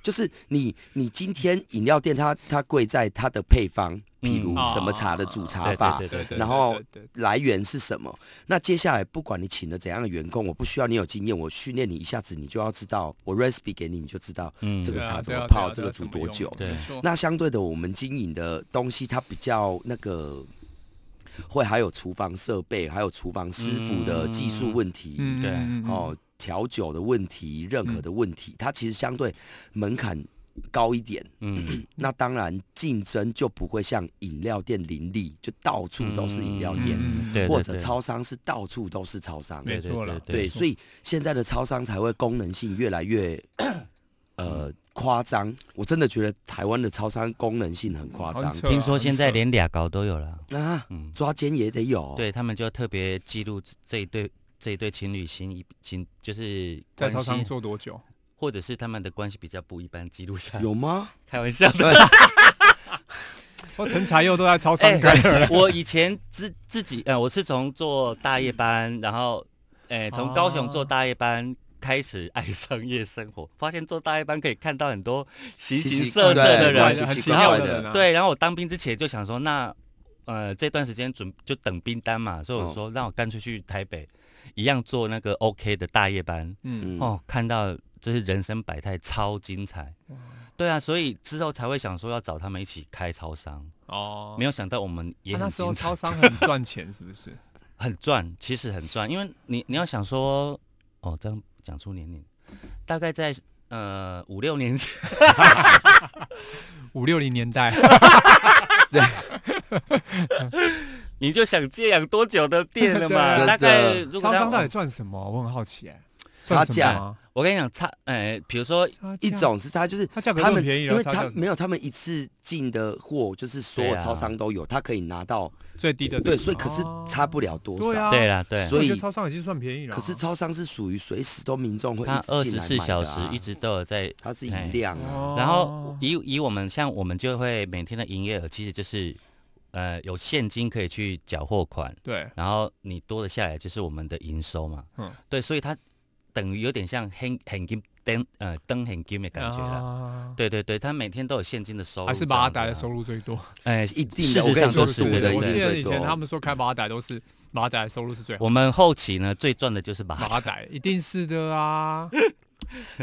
Speaker 3: 就是你，你今天饮料店它它贵在它的配方，譬如
Speaker 2: 嗯
Speaker 3: 什么茶的煮茶
Speaker 2: 对
Speaker 3: 法，
Speaker 2: 对对对
Speaker 4: 对对
Speaker 3: 然后
Speaker 4: 对对对
Speaker 3: 来源是什么？那接下来不管你请了怎样的员工，我不需要你有经验，我训练你一下子，你就要知道我 recipe 给你，你就知道。
Speaker 2: 嗯
Speaker 3: 这个
Speaker 4: 对啊
Speaker 3: 茶怎么
Speaker 4: 对啊
Speaker 3: 泡
Speaker 4: 对啊
Speaker 3: 这个
Speaker 4: 对啊
Speaker 3: 煮
Speaker 4: 怎么
Speaker 3: 多
Speaker 4: 用
Speaker 3: 久
Speaker 2: 对
Speaker 4: 没错
Speaker 3: 那相对的，我们经营的东西它比较那个，会还有厨房设备，还有厨房师傅的技术问题，
Speaker 4: 嗯
Speaker 2: 对
Speaker 4: 嗯嗯嗯
Speaker 3: 哦，调酒的问题，任何的问题，它其实相对门槛高一点。
Speaker 2: 嗯，
Speaker 3: 那当然，竞争就不会像饮料店林立，就到处都是饮料
Speaker 4: 嗯
Speaker 3: 店，
Speaker 4: 嗯嗯
Speaker 2: 对
Speaker 3: 或者超商是到处都是超商。
Speaker 4: 没错啦
Speaker 2: 对
Speaker 3: 对，
Speaker 2: 对
Speaker 3: 所以现在的超商才会功能性越来越，呃，夸张。我真的觉得台湾的超商功能性很夸
Speaker 4: 好
Speaker 3: 张
Speaker 4: 扯
Speaker 2: 听说现在连俩高都有了，
Speaker 3: 啊，
Speaker 2: 嗯，
Speaker 3: 抓奸也得有。，
Speaker 2: 对他们就特别记录这一对这一对情侣情一情就是
Speaker 4: 在
Speaker 2: 关
Speaker 4: 超商
Speaker 2: 系，
Speaker 4: 做多久？
Speaker 2: 或者是他们的关系比较不一般，记录下来。
Speaker 3: 有吗？
Speaker 2: 开玩笑的，
Speaker 4: 哦，陈才佑都在超
Speaker 2: 哎
Speaker 4: 商开，
Speaker 2: 我以前自自己呃，我是从做大夜班，然后哎
Speaker 4: 哦
Speaker 2: 从高雄做大夜班。开始爱上夜生活，发现做大夜班可以看到很多形形色色的
Speaker 3: 对
Speaker 2: 人，
Speaker 3: 奇
Speaker 4: 很
Speaker 3: 奇
Speaker 4: 奇
Speaker 3: 怪
Speaker 4: 妙
Speaker 3: 怪的
Speaker 4: 人啊。
Speaker 2: 对，然后我当兵之前就想说，那呃这段时间准就等兵单嘛，所以
Speaker 4: 哦
Speaker 2: 我说，那我干脆去台北，一样做那个 OK 的大夜班。
Speaker 3: 嗯，
Speaker 4: 嗯，
Speaker 2: 哦，看到这是人生百态，超精彩。对啊，所以之后才会想说要找他们一起开超商，
Speaker 4: 哦，
Speaker 2: 没有想到我们也很
Speaker 4: 啊那时候
Speaker 2: 精彩，
Speaker 4: 超商很赚钱，是不是？
Speaker 2: 很赚，其实很赚，因为你你要想说，哦，这样讲出年龄，大概在呃五六年前，
Speaker 4: 五六零年代，
Speaker 2: 你就想借养多久的店了嘛？
Speaker 3: 真的
Speaker 2: 大概如果
Speaker 4: 啊超商到
Speaker 2: 他
Speaker 4: 底，赚什么？我很好奇哎、
Speaker 3: 差
Speaker 4: 赚
Speaker 3: 价
Speaker 4: 什么
Speaker 2: 我跟你讲差，哎、比如说
Speaker 4: 啊？
Speaker 3: 一
Speaker 4: 差价
Speaker 3: 种是他就是
Speaker 4: 它价格
Speaker 3: 他们，
Speaker 4: 就很便宜
Speaker 3: 因
Speaker 4: 了
Speaker 3: 为
Speaker 4: 差
Speaker 3: 他
Speaker 4: 价
Speaker 3: 没有他们一次进的货，就是所有
Speaker 2: 啊对啊
Speaker 3: 超商都有，他可以拿到，
Speaker 4: 最低的
Speaker 3: 对，所以可是
Speaker 4: 哦
Speaker 3: 差不了多
Speaker 4: 对
Speaker 3: 少。
Speaker 4: 啊，
Speaker 2: 对啦，对，
Speaker 3: 所以
Speaker 4: 我觉得超商已经算便宜了啊。
Speaker 3: 可是超商是属于随时都民众会
Speaker 2: 他二
Speaker 3: 一直
Speaker 2: 十
Speaker 3: 进来
Speaker 2: 四
Speaker 3: 买的
Speaker 2: 小
Speaker 3: 啊
Speaker 2: 时一直都有在，
Speaker 3: 它是一
Speaker 2: 哎
Speaker 3: 辆啊，
Speaker 4: 哦，
Speaker 2: 然后以以我们像我们就会每天的营业额其实就是，呃，有现金可以去缴货款，
Speaker 4: 对，
Speaker 2: 然后你多的下来就是我们的营收嘛，
Speaker 4: 嗯
Speaker 2: 对，所以它等于有点像很很金灯呃灯很金的感觉啦。
Speaker 4: 啊
Speaker 2: 对对对，他每天都有现金的收入，
Speaker 4: 还是马仔的收？入最多。
Speaker 2: 哎，
Speaker 3: 一定
Speaker 2: 事
Speaker 3: 的。
Speaker 2: 实
Speaker 3: 我跟
Speaker 2: 上
Speaker 3: 你 说，
Speaker 2: 都是
Speaker 3: 赌
Speaker 2: 对
Speaker 3: 的
Speaker 2: 对
Speaker 3: 一
Speaker 4: 我
Speaker 3: 定
Speaker 4: 记得
Speaker 3: 最
Speaker 4: 以前他
Speaker 3: 多。
Speaker 4: 们说开马仔都是马仔的收入是最好
Speaker 2: 我们后期呢最赚的就是
Speaker 4: 的，
Speaker 2: 把，
Speaker 4: 马仔一定是的啊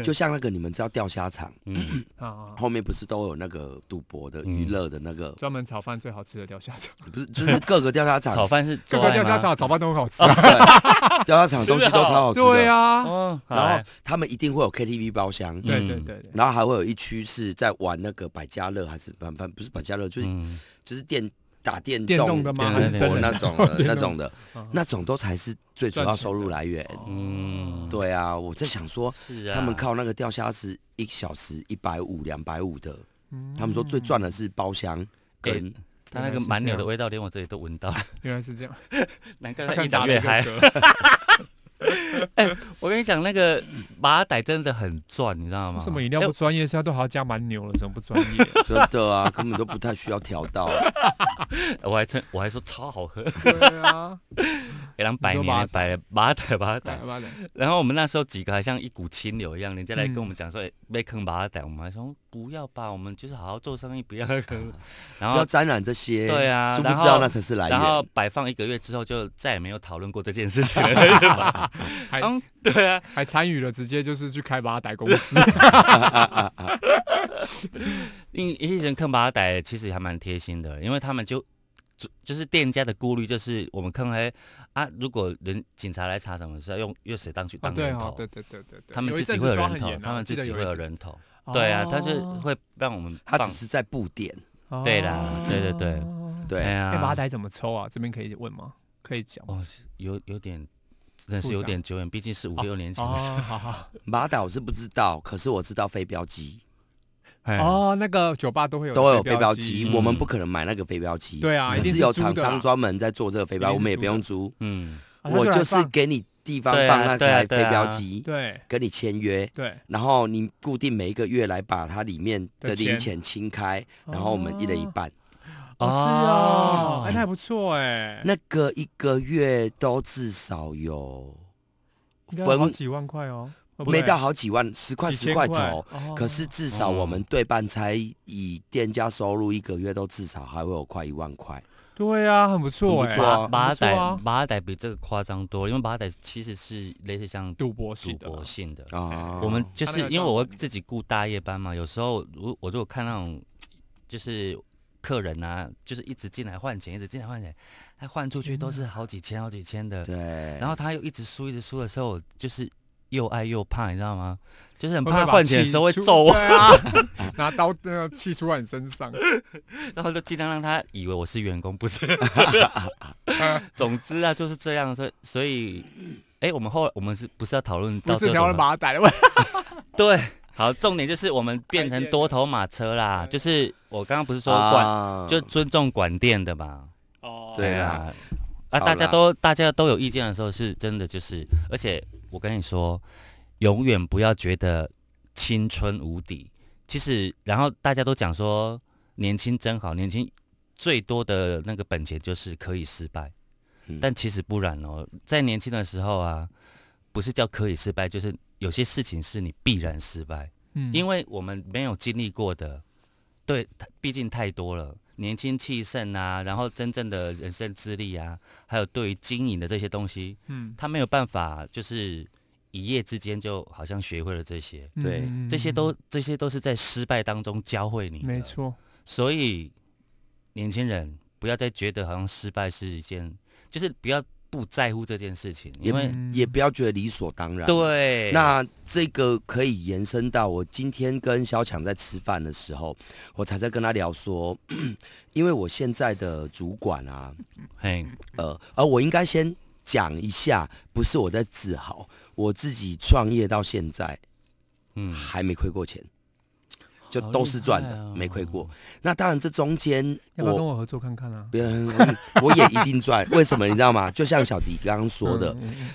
Speaker 3: 就像那个你们知道钓虾场
Speaker 2: 嗯，
Speaker 4: 啊，
Speaker 3: 后面不是都有那个赌博的
Speaker 4: 嗯
Speaker 3: 娱乐的那个，
Speaker 4: 专门炒饭最好吃的钓虾 场，
Speaker 3: 不是就是各个钓虾场
Speaker 2: 炒饭是
Speaker 4: 这
Speaker 2: 做
Speaker 3: 啊
Speaker 4: 个
Speaker 2: 爱
Speaker 4: 钓虾
Speaker 2: 吗？
Speaker 4: 场炒饭都很好吃 啊。
Speaker 3: 对，钓虾场的东西都超好吃的。
Speaker 4: 对啊，
Speaker 2: 哦，好
Speaker 3: 然
Speaker 2: 来
Speaker 3: 后他们一定会有 KTV 包厢，
Speaker 4: 对
Speaker 2: 嗯
Speaker 4: 对对对，
Speaker 3: 然后还会有一区是在玩那个百家乐，还是反反不是百家乐，就是、
Speaker 2: 嗯，
Speaker 3: 就是电打电
Speaker 4: 电动的
Speaker 2: 电动
Speaker 4: 吗？还
Speaker 3: 韩
Speaker 4: 是
Speaker 2: 的
Speaker 4: 真
Speaker 3: 国
Speaker 4: 的
Speaker 3: 那种的
Speaker 4: 电动
Speaker 3: 那种的，
Speaker 4: 啊
Speaker 3: 那种都才是最主要收入来源。
Speaker 4: 哦
Speaker 2: 嗯，
Speaker 3: 对啊，我在想说，
Speaker 2: 是啊，
Speaker 3: 他们靠那个钓虾是一小时一百五、两百五的，
Speaker 4: 嗯
Speaker 3: 他们说最赚的是包厢跟
Speaker 2: 他那个蛮牛的味道，连我这里都闻到了，
Speaker 4: 原来是这样，
Speaker 2: 难怪他
Speaker 4: 他看
Speaker 2: 越
Speaker 4: 打
Speaker 2: 长
Speaker 4: 了
Speaker 2: 越
Speaker 4: 一个
Speaker 2: 嗨。
Speaker 4: 嗝
Speaker 2: 我跟你讲，那个马仔真的很赚，你知道吗？
Speaker 4: 为什么饮料不
Speaker 2: 哎
Speaker 4: 专业？现在都还要加蛮牛了，怎么不专业？
Speaker 3: 真的啊， 根本都不太需要调到。啊
Speaker 2: 哎我还称我还说超好 喝，
Speaker 4: 对 啊，
Speaker 2: 给人百
Speaker 4: 你说
Speaker 2: 年百马仔马仔
Speaker 4: 来。吧 来，
Speaker 2: 然后我们那时候几个还像一股清流一样，人家来跟
Speaker 4: 嗯
Speaker 2: 我们讲说，哎、被坑把他逮，我们还说不要吧，我们就是好好做生 意，不要坑。然
Speaker 3: 不要
Speaker 2: 后，
Speaker 3: 沾染这些，
Speaker 2: 对啊
Speaker 3: 殊不
Speaker 2: 然
Speaker 3: 知道
Speaker 2: 后
Speaker 3: 那才是来
Speaker 2: 然后
Speaker 3: 源。
Speaker 2: 摆放一个月之后，就再也没有讨论过这件事情 了。
Speaker 4: 还
Speaker 2: 嗯，对啊，
Speaker 4: 还参与了，直接就是去开马仔 公司。
Speaker 2: 因一人坑把他逮，其实还蛮贴心的，因为他们就。就就是店家的顾虑，就是我们坑黑啊，如果人警察来查什么事，用用谁当去
Speaker 4: 啊，
Speaker 2: 当
Speaker 4: 对
Speaker 2: 人
Speaker 4: 哦
Speaker 2: 头，，
Speaker 4: 对对对对对，
Speaker 2: 他们
Speaker 4: 有一
Speaker 2: 自己
Speaker 4: 阵
Speaker 2: 会
Speaker 4: 子
Speaker 2: 有
Speaker 4: 抓
Speaker 2: 人
Speaker 4: 很
Speaker 2: 头，
Speaker 4: 严啊
Speaker 2: 他们自己会有，人头，
Speaker 4: 我记得
Speaker 2: 对
Speaker 4: 一阵
Speaker 2: 啊，
Speaker 4: 子
Speaker 2: 他就
Speaker 4: 哦
Speaker 2: 会让我们
Speaker 3: 他
Speaker 2: 放
Speaker 3: 只是在布点，
Speaker 2: 对啦对对对
Speaker 4: 哦
Speaker 3: 对，
Speaker 2: 哎
Speaker 4: 哎，
Speaker 2: 呀，
Speaker 4: 马仔怎么抽啊？这边可以问吗？可以讲
Speaker 2: 哦，
Speaker 4: 吗？
Speaker 2: 是有有点，真的是
Speaker 4: 复
Speaker 2: 有
Speaker 4: 杂
Speaker 2: 点久远，毕竟是五
Speaker 4: 哦
Speaker 2: 六年前
Speaker 4: 哦，
Speaker 2: 的事。
Speaker 4: 好好
Speaker 3: 马岛是不知道，可是我知道飞镖机
Speaker 2: 哎，
Speaker 4: 哦，那个酒吧都会有
Speaker 3: 都有飞
Speaker 4: 飞
Speaker 3: 镖
Speaker 4: 机，
Speaker 3: 机，
Speaker 2: 嗯
Speaker 3: 我们不可能买那个飞镖机。
Speaker 4: 对啊
Speaker 3: 可
Speaker 4: 一定
Speaker 3: 是
Speaker 4: 是
Speaker 3: 有
Speaker 4: 租的
Speaker 3: 厂
Speaker 4: 啦
Speaker 3: 商专门在做这个飞镖，
Speaker 4: 一定是
Speaker 3: 我们也
Speaker 4: 租
Speaker 3: 不
Speaker 4: 的
Speaker 3: 用租，
Speaker 2: 嗯，
Speaker 4: 啊
Speaker 3: 我就是
Speaker 4: 他
Speaker 3: 给你地方
Speaker 2: 对啊
Speaker 3: 放那
Speaker 2: 对啊
Speaker 3: 台
Speaker 2: 对
Speaker 3: 飞
Speaker 2: 啊
Speaker 3: 镖机，
Speaker 4: 对
Speaker 3: 跟你签约。
Speaker 4: 对，
Speaker 3: 然后你固定每一个月来把它里面的
Speaker 4: 的钱
Speaker 3: 零钱清开，然后我们一人一半，
Speaker 4: 哦是哦，哎，那还不错哎，
Speaker 3: 那个一个月都至少有
Speaker 4: 应该好
Speaker 3: 分
Speaker 4: 几万块哦，哦不
Speaker 3: 没
Speaker 4: 对
Speaker 3: 到好几万，十块
Speaker 4: 几
Speaker 3: 十
Speaker 4: 千
Speaker 3: 块
Speaker 4: 块
Speaker 3: 头，
Speaker 4: 哦
Speaker 3: 可是至少我们对半差以店家收入一个月都至少还会有快一万块，
Speaker 4: 对啊，很不错
Speaker 3: 很
Speaker 4: 哎
Speaker 3: 不错啊，
Speaker 2: 马马
Speaker 4: 很不错
Speaker 2: 仔
Speaker 4: 啊
Speaker 2: 马仔比这个夸张多了，因为马仔其实是类似像
Speaker 4: 赌
Speaker 2: 赌
Speaker 4: 博系的
Speaker 2: 博性的。
Speaker 3: 啊，
Speaker 2: 我们就
Speaker 4: 哦他那
Speaker 2: 是
Speaker 4: 个
Speaker 2: 因为
Speaker 4: 算
Speaker 2: 我会
Speaker 4: 很
Speaker 2: 自己顾大夜班嘛，有时候如我如果看那种就是客人啊，就是一直进来换钱，一直进来换钱，还换出去都是好几千好几千的，
Speaker 3: 对，
Speaker 2: 然后他又一直输一直输的时候，我就是又爱又怕，你知道吗？就是很
Speaker 4: 会不会
Speaker 2: 怕
Speaker 4: 把
Speaker 2: 换钱的
Speaker 4: 气
Speaker 2: 时候会
Speaker 4: 出
Speaker 2: 揍我
Speaker 4: 对。啊，拿刀那个气出在你身上。
Speaker 2: 然后就尽量让他以为我是员工，不 是。总之啊，就是这样。所以，所以，哎，我们后来我们是不是要讨论到
Speaker 4: 不
Speaker 2: 最
Speaker 4: 是
Speaker 2: 后
Speaker 4: 聊了
Speaker 2: 怎么
Speaker 4: 马仔的问 题，
Speaker 2: 对，好，重点就是我们变
Speaker 4: 开
Speaker 2: 成
Speaker 4: 店
Speaker 2: 多
Speaker 4: 了
Speaker 2: 头马车啦。
Speaker 4: 哎对
Speaker 2: 就是我刚刚不是说管、
Speaker 3: 啊
Speaker 2: 就尊重管店的嘛。
Speaker 4: 哦
Speaker 3: 对啊
Speaker 2: 啊，啊，
Speaker 3: 好
Speaker 2: 大家
Speaker 3: 啦
Speaker 2: 都大家都有意见的时候，是真的就是，而且我跟你说，永远不要觉得青春无敌。其实，然后大家都讲说年轻真好，年轻最多的那个本钱就是可以失败，
Speaker 3: 嗯
Speaker 2: 但其实不然哦，在年轻的时候啊，不是叫可以失败，就是有些事情是你必然失败。
Speaker 4: 嗯
Speaker 2: 因为我们没有经历过的，对，它毕竟太多了，年轻气盛啊，然后真正的人生资历啊，还有对于经营的这些东西，
Speaker 4: 嗯
Speaker 2: 他没有办法就是一夜之间就好像学会了这些，
Speaker 3: 对
Speaker 4: 嗯
Speaker 2: 这些都这些都是在失败当中教会你，
Speaker 4: 没，错，
Speaker 2: 所以年轻人不要再觉得好像失败是一件，就是不要不在乎这件事情，
Speaker 3: 也
Speaker 2: 因为
Speaker 4: 嗯
Speaker 3: 也不要觉得理所当然。。啊
Speaker 2: 对，
Speaker 3: 那这个可以延伸到我今天跟小强在吃饭的时候，我才在跟他聊说， 因为我现在的主管啊，
Speaker 2: 嘿，
Speaker 3: 呃，而我应该先讲一下，不是我在自豪，我自己创业到现在
Speaker 2: 嗯，
Speaker 3: 还没亏过钱，就
Speaker 2: 好
Speaker 3: 都
Speaker 2: 厉
Speaker 3: 是赚
Speaker 2: 害
Speaker 3: 的，
Speaker 2: 哦
Speaker 3: 没亏过。那当然，这中间
Speaker 4: 要不要跟
Speaker 3: 我
Speaker 4: 我合作看看啊？
Speaker 3: 别人我我也一定赚，为什么你知道吗？就像小迪刚刚说的，
Speaker 4: 嗯，嗯嗯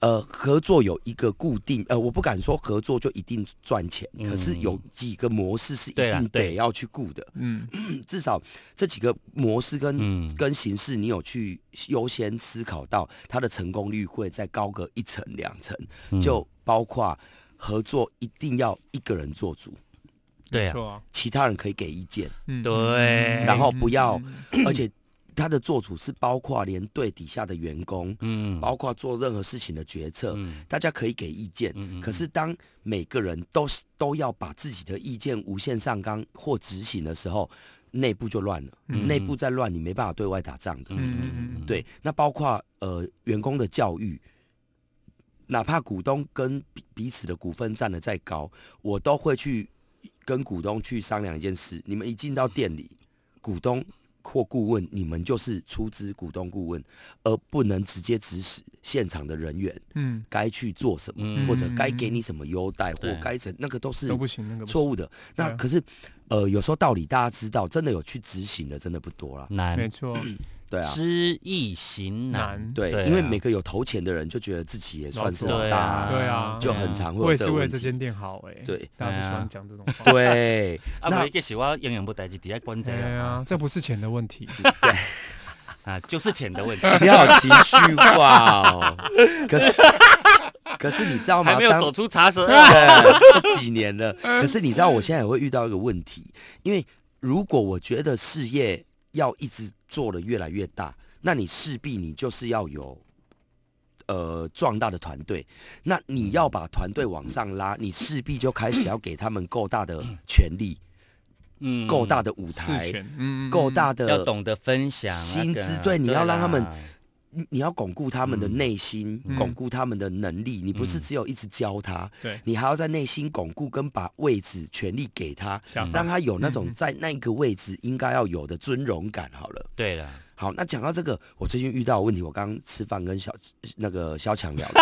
Speaker 3: 呃，合作有一个固定，呃，我不敢说合作就一定赚钱，可是
Speaker 2: 嗯
Speaker 3: 有几个模式是一
Speaker 2: 对啦
Speaker 3: 定
Speaker 2: 对
Speaker 3: 得要去顾的，
Speaker 4: 嗯，
Speaker 3: 嗯至少这几个模式跟
Speaker 2: 嗯
Speaker 3: 跟形式，你有去优先思考到它的成功率会再高个一层两层，
Speaker 2: 嗯
Speaker 3: 就包括合作一定要一个人做主，
Speaker 2: 对啊，
Speaker 4: 错啊，
Speaker 3: 其他人可以给意 见，
Speaker 4: 嗯
Speaker 2: 对
Speaker 4: 嗯嗯
Speaker 3: 然后不要
Speaker 4: 嗯
Speaker 3: 而且他的做主是包括连对底下的员工，
Speaker 2: 嗯，
Speaker 3: 包括做任何事情的决策，
Speaker 2: 嗯
Speaker 3: 大家可以给意见。
Speaker 2: 嗯嗯
Speaker 3: 可是当每个人都是都要把自己的意见无限上纲或执行的时候，内部就乱了。
Speaker 4: 嗯
Speaker 3: 内部再乱，你没办法对外打仗的。
Speaker 4: 嗯嗯嗯
Speaker 3: 对，那包括呃员工的教育，哪怕股东跟彼彼此的股份占的再高，我都会去跟股东去商量一件事：你们一进到店里，股东或顾问，你们就是出资股东顾问，而不能直接指使现场的人员
Speaker 4: 嗯
Speaker 3: 该去做什么，
Speaker 2: 嗯
Speaker 3: 或者该给你什么优待，或
Speaker 2: 对
Speaker 3: 该怎那个都是
Speaker 4: 都不行，那个不
Speaker 3: 错误的。那
Speaker 4: 对啊
Speaker 3: 可是呃有时候道理大家知道，真的有去执行的真的不多啦。
Speaker 4: 行没
Speaker 2: 难，
Speaker 4: 错，
Speaker 3: 对啊，
Speaker 2: 知易行难
Speaker 4: 难，
Speaker 3: 对，
Speaker 2: 对啊
Speaker 3: 因为每个有投钱的人就觉得自己也算是老
Speaker 2: 对
Speaker 3: 大、
Speaker 2: 啊，
Speaker 4: 对啊
Speaker 3: 就很常会
Speaker 4: 我
Speaker 3: 有
Speaker 4: 也
Speaker 3: 这
Speaker 4: 是
Speaker 3: 个
Speaker 4: 为了
Speaker 3: 问
Speaker 4: 这
Speaker 3: 题。
Speaker 4: 间店好哎，
Speaker 3: 对啊
Speaker 4: 大家
Speaker 2: 哎
Speaker 4: 都喜
Speaker 2: 呀
Speaker 4: 欢讲这种话，
Speaker 3: 对，
Speaker 2: 啊，
Speaker 3: 那
Speaker 2: 不，一是我营养不代志，底下管这
Speaker 4: 哎呀
Speaker 2: 啊，，
Speaker 4: 这不是钱的问题，
Speaker 2: 啊，就是钱的问题，
Speaker 3: 你好情绪化 哦。可是，可是你知道吗？
Speaker 2: 还没有
Speaker 3: 当
Speaker 2: 走出茶蛇，
Speaker 3: 对，都几年了。可是你知道，我现在也会遇到一个问题，因为如果我觉得事业要一直做的越来越大，那你势必你就是要有。呃，壮大的团队，那你要把团队往上拉，你势必就开始要给他们够大的权利、
Speaker 2: 嗯
Speaker 3: 够大的舞
Speaker 4: 事
Speaker 3: 台、
Speaker 4: 权，嗯，嗯
Speaker 3: 够大，的
Speaker 2: 要懂得分享啊，
Speaker 3: 薪资
Speaker 2: 跟
Speaker 3: 对你要让他们
Speaker 2: 对啦
Speaker 3: 你你要巩固他们的
Speaker 2: 嗯
Speaker 3: 内心，
Speaker 4: 嗯
Speaker 3: 巩固他们的能力。你不是
Speaker 2: 嗯
Speaker 3: 只有一直教他，
Speaker 4: 对
Speaker 3: 你还要在内心巩固跟把位置、权力给他，
Speaker 4: 想法
Speaker 3: 让他有那
Speaker 4: 嗯
Speaker 3: 种
Speaker 4: 嗯
Speaker 3: 在那个位置应该要有的尊荣感。好了，
Speaker 2: 对了，
Speaker 3: 好，那讲到这个，我最近遇到的问题，我刚刚吃饭跟小呃那个小强聊的，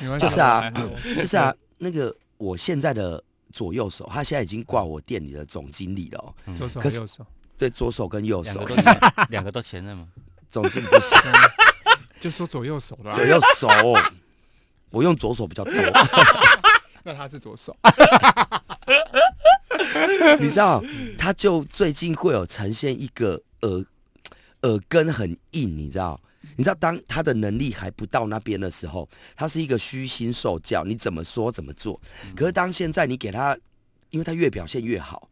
Speaker 4: 没关系嗯
Speaker 3: 就是啊
Speaker 4: 还好
Speaker 3: 就是啊，那个我现在的左右手，他现在已经挂我店里的总经理了、哦，
Speaker 4: 左手
Speaker 3: 可是
Speaker 4: 右手，
Speaker 3: 对，左手跟右
Speaker 2: 两
Speaker 3: 手
Speaker 2: 个，都前，两个都前任嘛，
Speaker 3: 总经理不 是
Speaker 4: 嗯就说左右手 啦
Speaker 3: 左，右手，哦我用左手比较多。
Speaker 4: 那他是左
Speaker 3: 啊
Speaker 4: 手，
Speaker 3: 你知道，他就最近会有呈现一个耳耳根很硬，你知道？你知道，当他的能力还不到那边的时候，他是一个虚心受教，你怎么说怎么做。
Speaker 2: 嗯
Speaker 3: 可是当现在你给他，因为他越表现越好，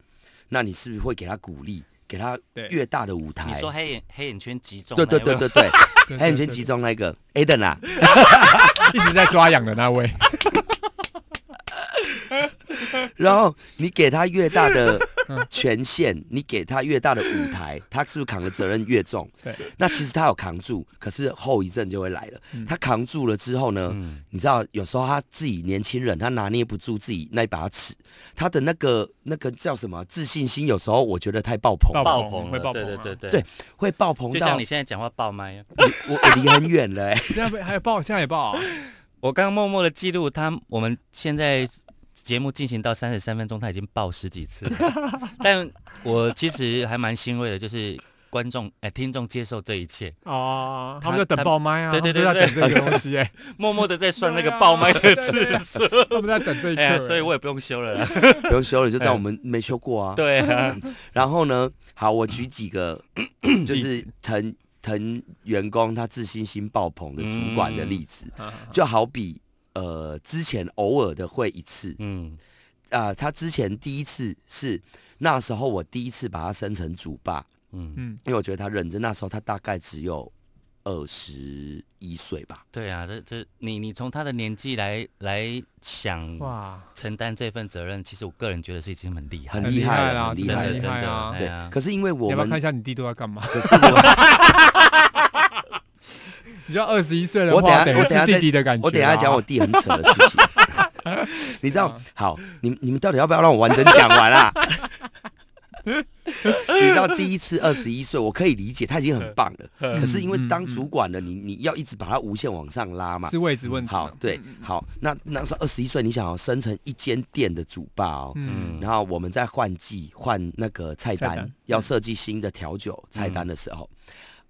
Speaker 3: 那你是不是会给他鼓励，给他
Speaker 4: 对
Speaker 3: 越大的舞
Speaker 2: 你
Speaker 3: 台
Speaker 2: 说？黑眼黑眼圈集中，
Speaker 3: 对对对对对，
Speaker 4: 对
Speaker 3: 哎还有你
Speaker 4: 对
Speaker 3: 全
Speaker 4: 对
Speaker 3: 集中那个 Aden 啊，
Speaker 4: 一直在抓痒的那位，
Speaker 3: 然后你给他越大的
Speaker 2: 嗯
Speaker 3: 权限，你给他越大的舞台，他是不是扛的责任越重？
Speaker 4: 对，
Speaker 3: 那其实他有扛住，可是后遗症就会来了。他扛住了之后呢，
Speaker 2: 嗯
Speaker 3: 你知道，有时候他自己年轻人，他拿捏不住自己那把尺，他的那个那个叫什么自信心，有时候我觉得太爆棚，
Speaker 4: 爆
Speaker 2: 爆
Speaker 4: 棚
Speaker 2: 棚
Speaker 4: 会
Speaker 2: 了
Speaker 4: 爆
Speaker 2: 对
Speaker 4: 棚
Speaker 2: 对
Speaker 4: 啊
Speaker 2: 对对
Speaker 3: 对，会爆棚
Speaker 2: 就
Speaker 3: 到
Speaker 2: 像你现在讲话爆麦啊。
Speaker 3: 我我离很远了、欸。
Speaker 4: 现在被还有抱，现在也抱啊，
Speaker 2: 我刚刚默默的记录他，我们现在节目进行到三十三分钟，他已经爆十几次了。 但我其实还蛮欣慰的，就是观众哎、听众接受这一切，
Speaker 4: 哦，
Speaker 2: 他
Speaker 4: 他们就等爆麦啊，
Speaker 2: 对对对
Speaker 4: 他们
Speaker 2: 对
Speaker 4: 就在等这个东西，哎，啊
Speaker 2: 默默的在算那个爆麦的次数。
Speaker 4: 他们在等这一刻
Speaker 2: 哎呀，
Speaker 4: 哎，
Speaker 2: 所以我也不用修了啦。
Speaker 3: 不用修了，就知道我们没修过啊。
Speaker 2: 嗯对啊，
Speaker 3: 然后呢，好，我举几个就是藤藤员工他自信心爆棚的主管
Speaker 2: 嗯
Speaker 3: 的例子，
Speaker 4: 啊
Speaker 3: 就好比呃之前偶尔的会一次
Speaker 2: 嗯
Speaker 3: 啊、他之前第一次是那时候我第一次把他升成主霸，
Speaker 2: 嗯，
Speaker 4: 嗯，
Speaker 3: 因为我觉得他认真，那时候他大概只有二十一岁吧。
Speaker 2: 对啊，这这你你从他的年纪来来想
Speaker 4: 哇，
Speaker 2: 承担这份责任，其实我个人觉得是已经很厉害
Speaker 3: 很
Speaker 2: 了，
Speaker 4: 很
Speaker 3: 厉
Speaker 4: 厉
Speaker 3: 害了
Speaker 4: 害啦，
Speaker 3: 很厉
Speaker 4: 真的
Speaker 3: 害
Speaker 4: 很
Speaker 3: 了
Speaker 4: 厉
Speaker 2: 真
Speaker 4: 害
Speaker 2: 的
Speaker 4: 啊
Speaker 2: 哎！
Speaker 3: 对
Speaker 2: 呀，
Speaker 3: 可是因为我
Speaker 4: 你要不要
Speaker 3: 们
Speaker 4: 看一下你弟都在干嘛？
Speaker 3: 可是我，
Speaker 4: 你知道二十一 岁的
Speaker 3: 我等
Speaker 4: 话，
Speaker 3: 下
Speaker 4: 等
Speaker 3: 我
Speaker 4: 于
Speaker 3: 等下
Speaker 4: 是
Speaker 3: 再
Speaker 4: 弟弟的感觉啊。
Speaker 3: 我等一下讲我弟很扯的事情。 你知
Speaker 4: 啊
Speaker 3: 道，好，你们你们到底要不要让我完整讲完啊？ 你知道第一次二十一岁，我可以理解，他已经很棒了。
Speaker 4: 嗯
Speaker 3: 可是因为当主管了，你你要一直把他无限往上拉嘛
Speaker 4: 是。位置问题嘛。啊
Speaker 3: 好，对，好，那那时候二十一岁，你想要生成一间店的主霸哦，
Speaker 4: 嗯，
Speaker 3: 然后我们在换季换那个菜单，
Speaker 4: 菜单
Speaker 3: 要设计新的调酒菜单的时候，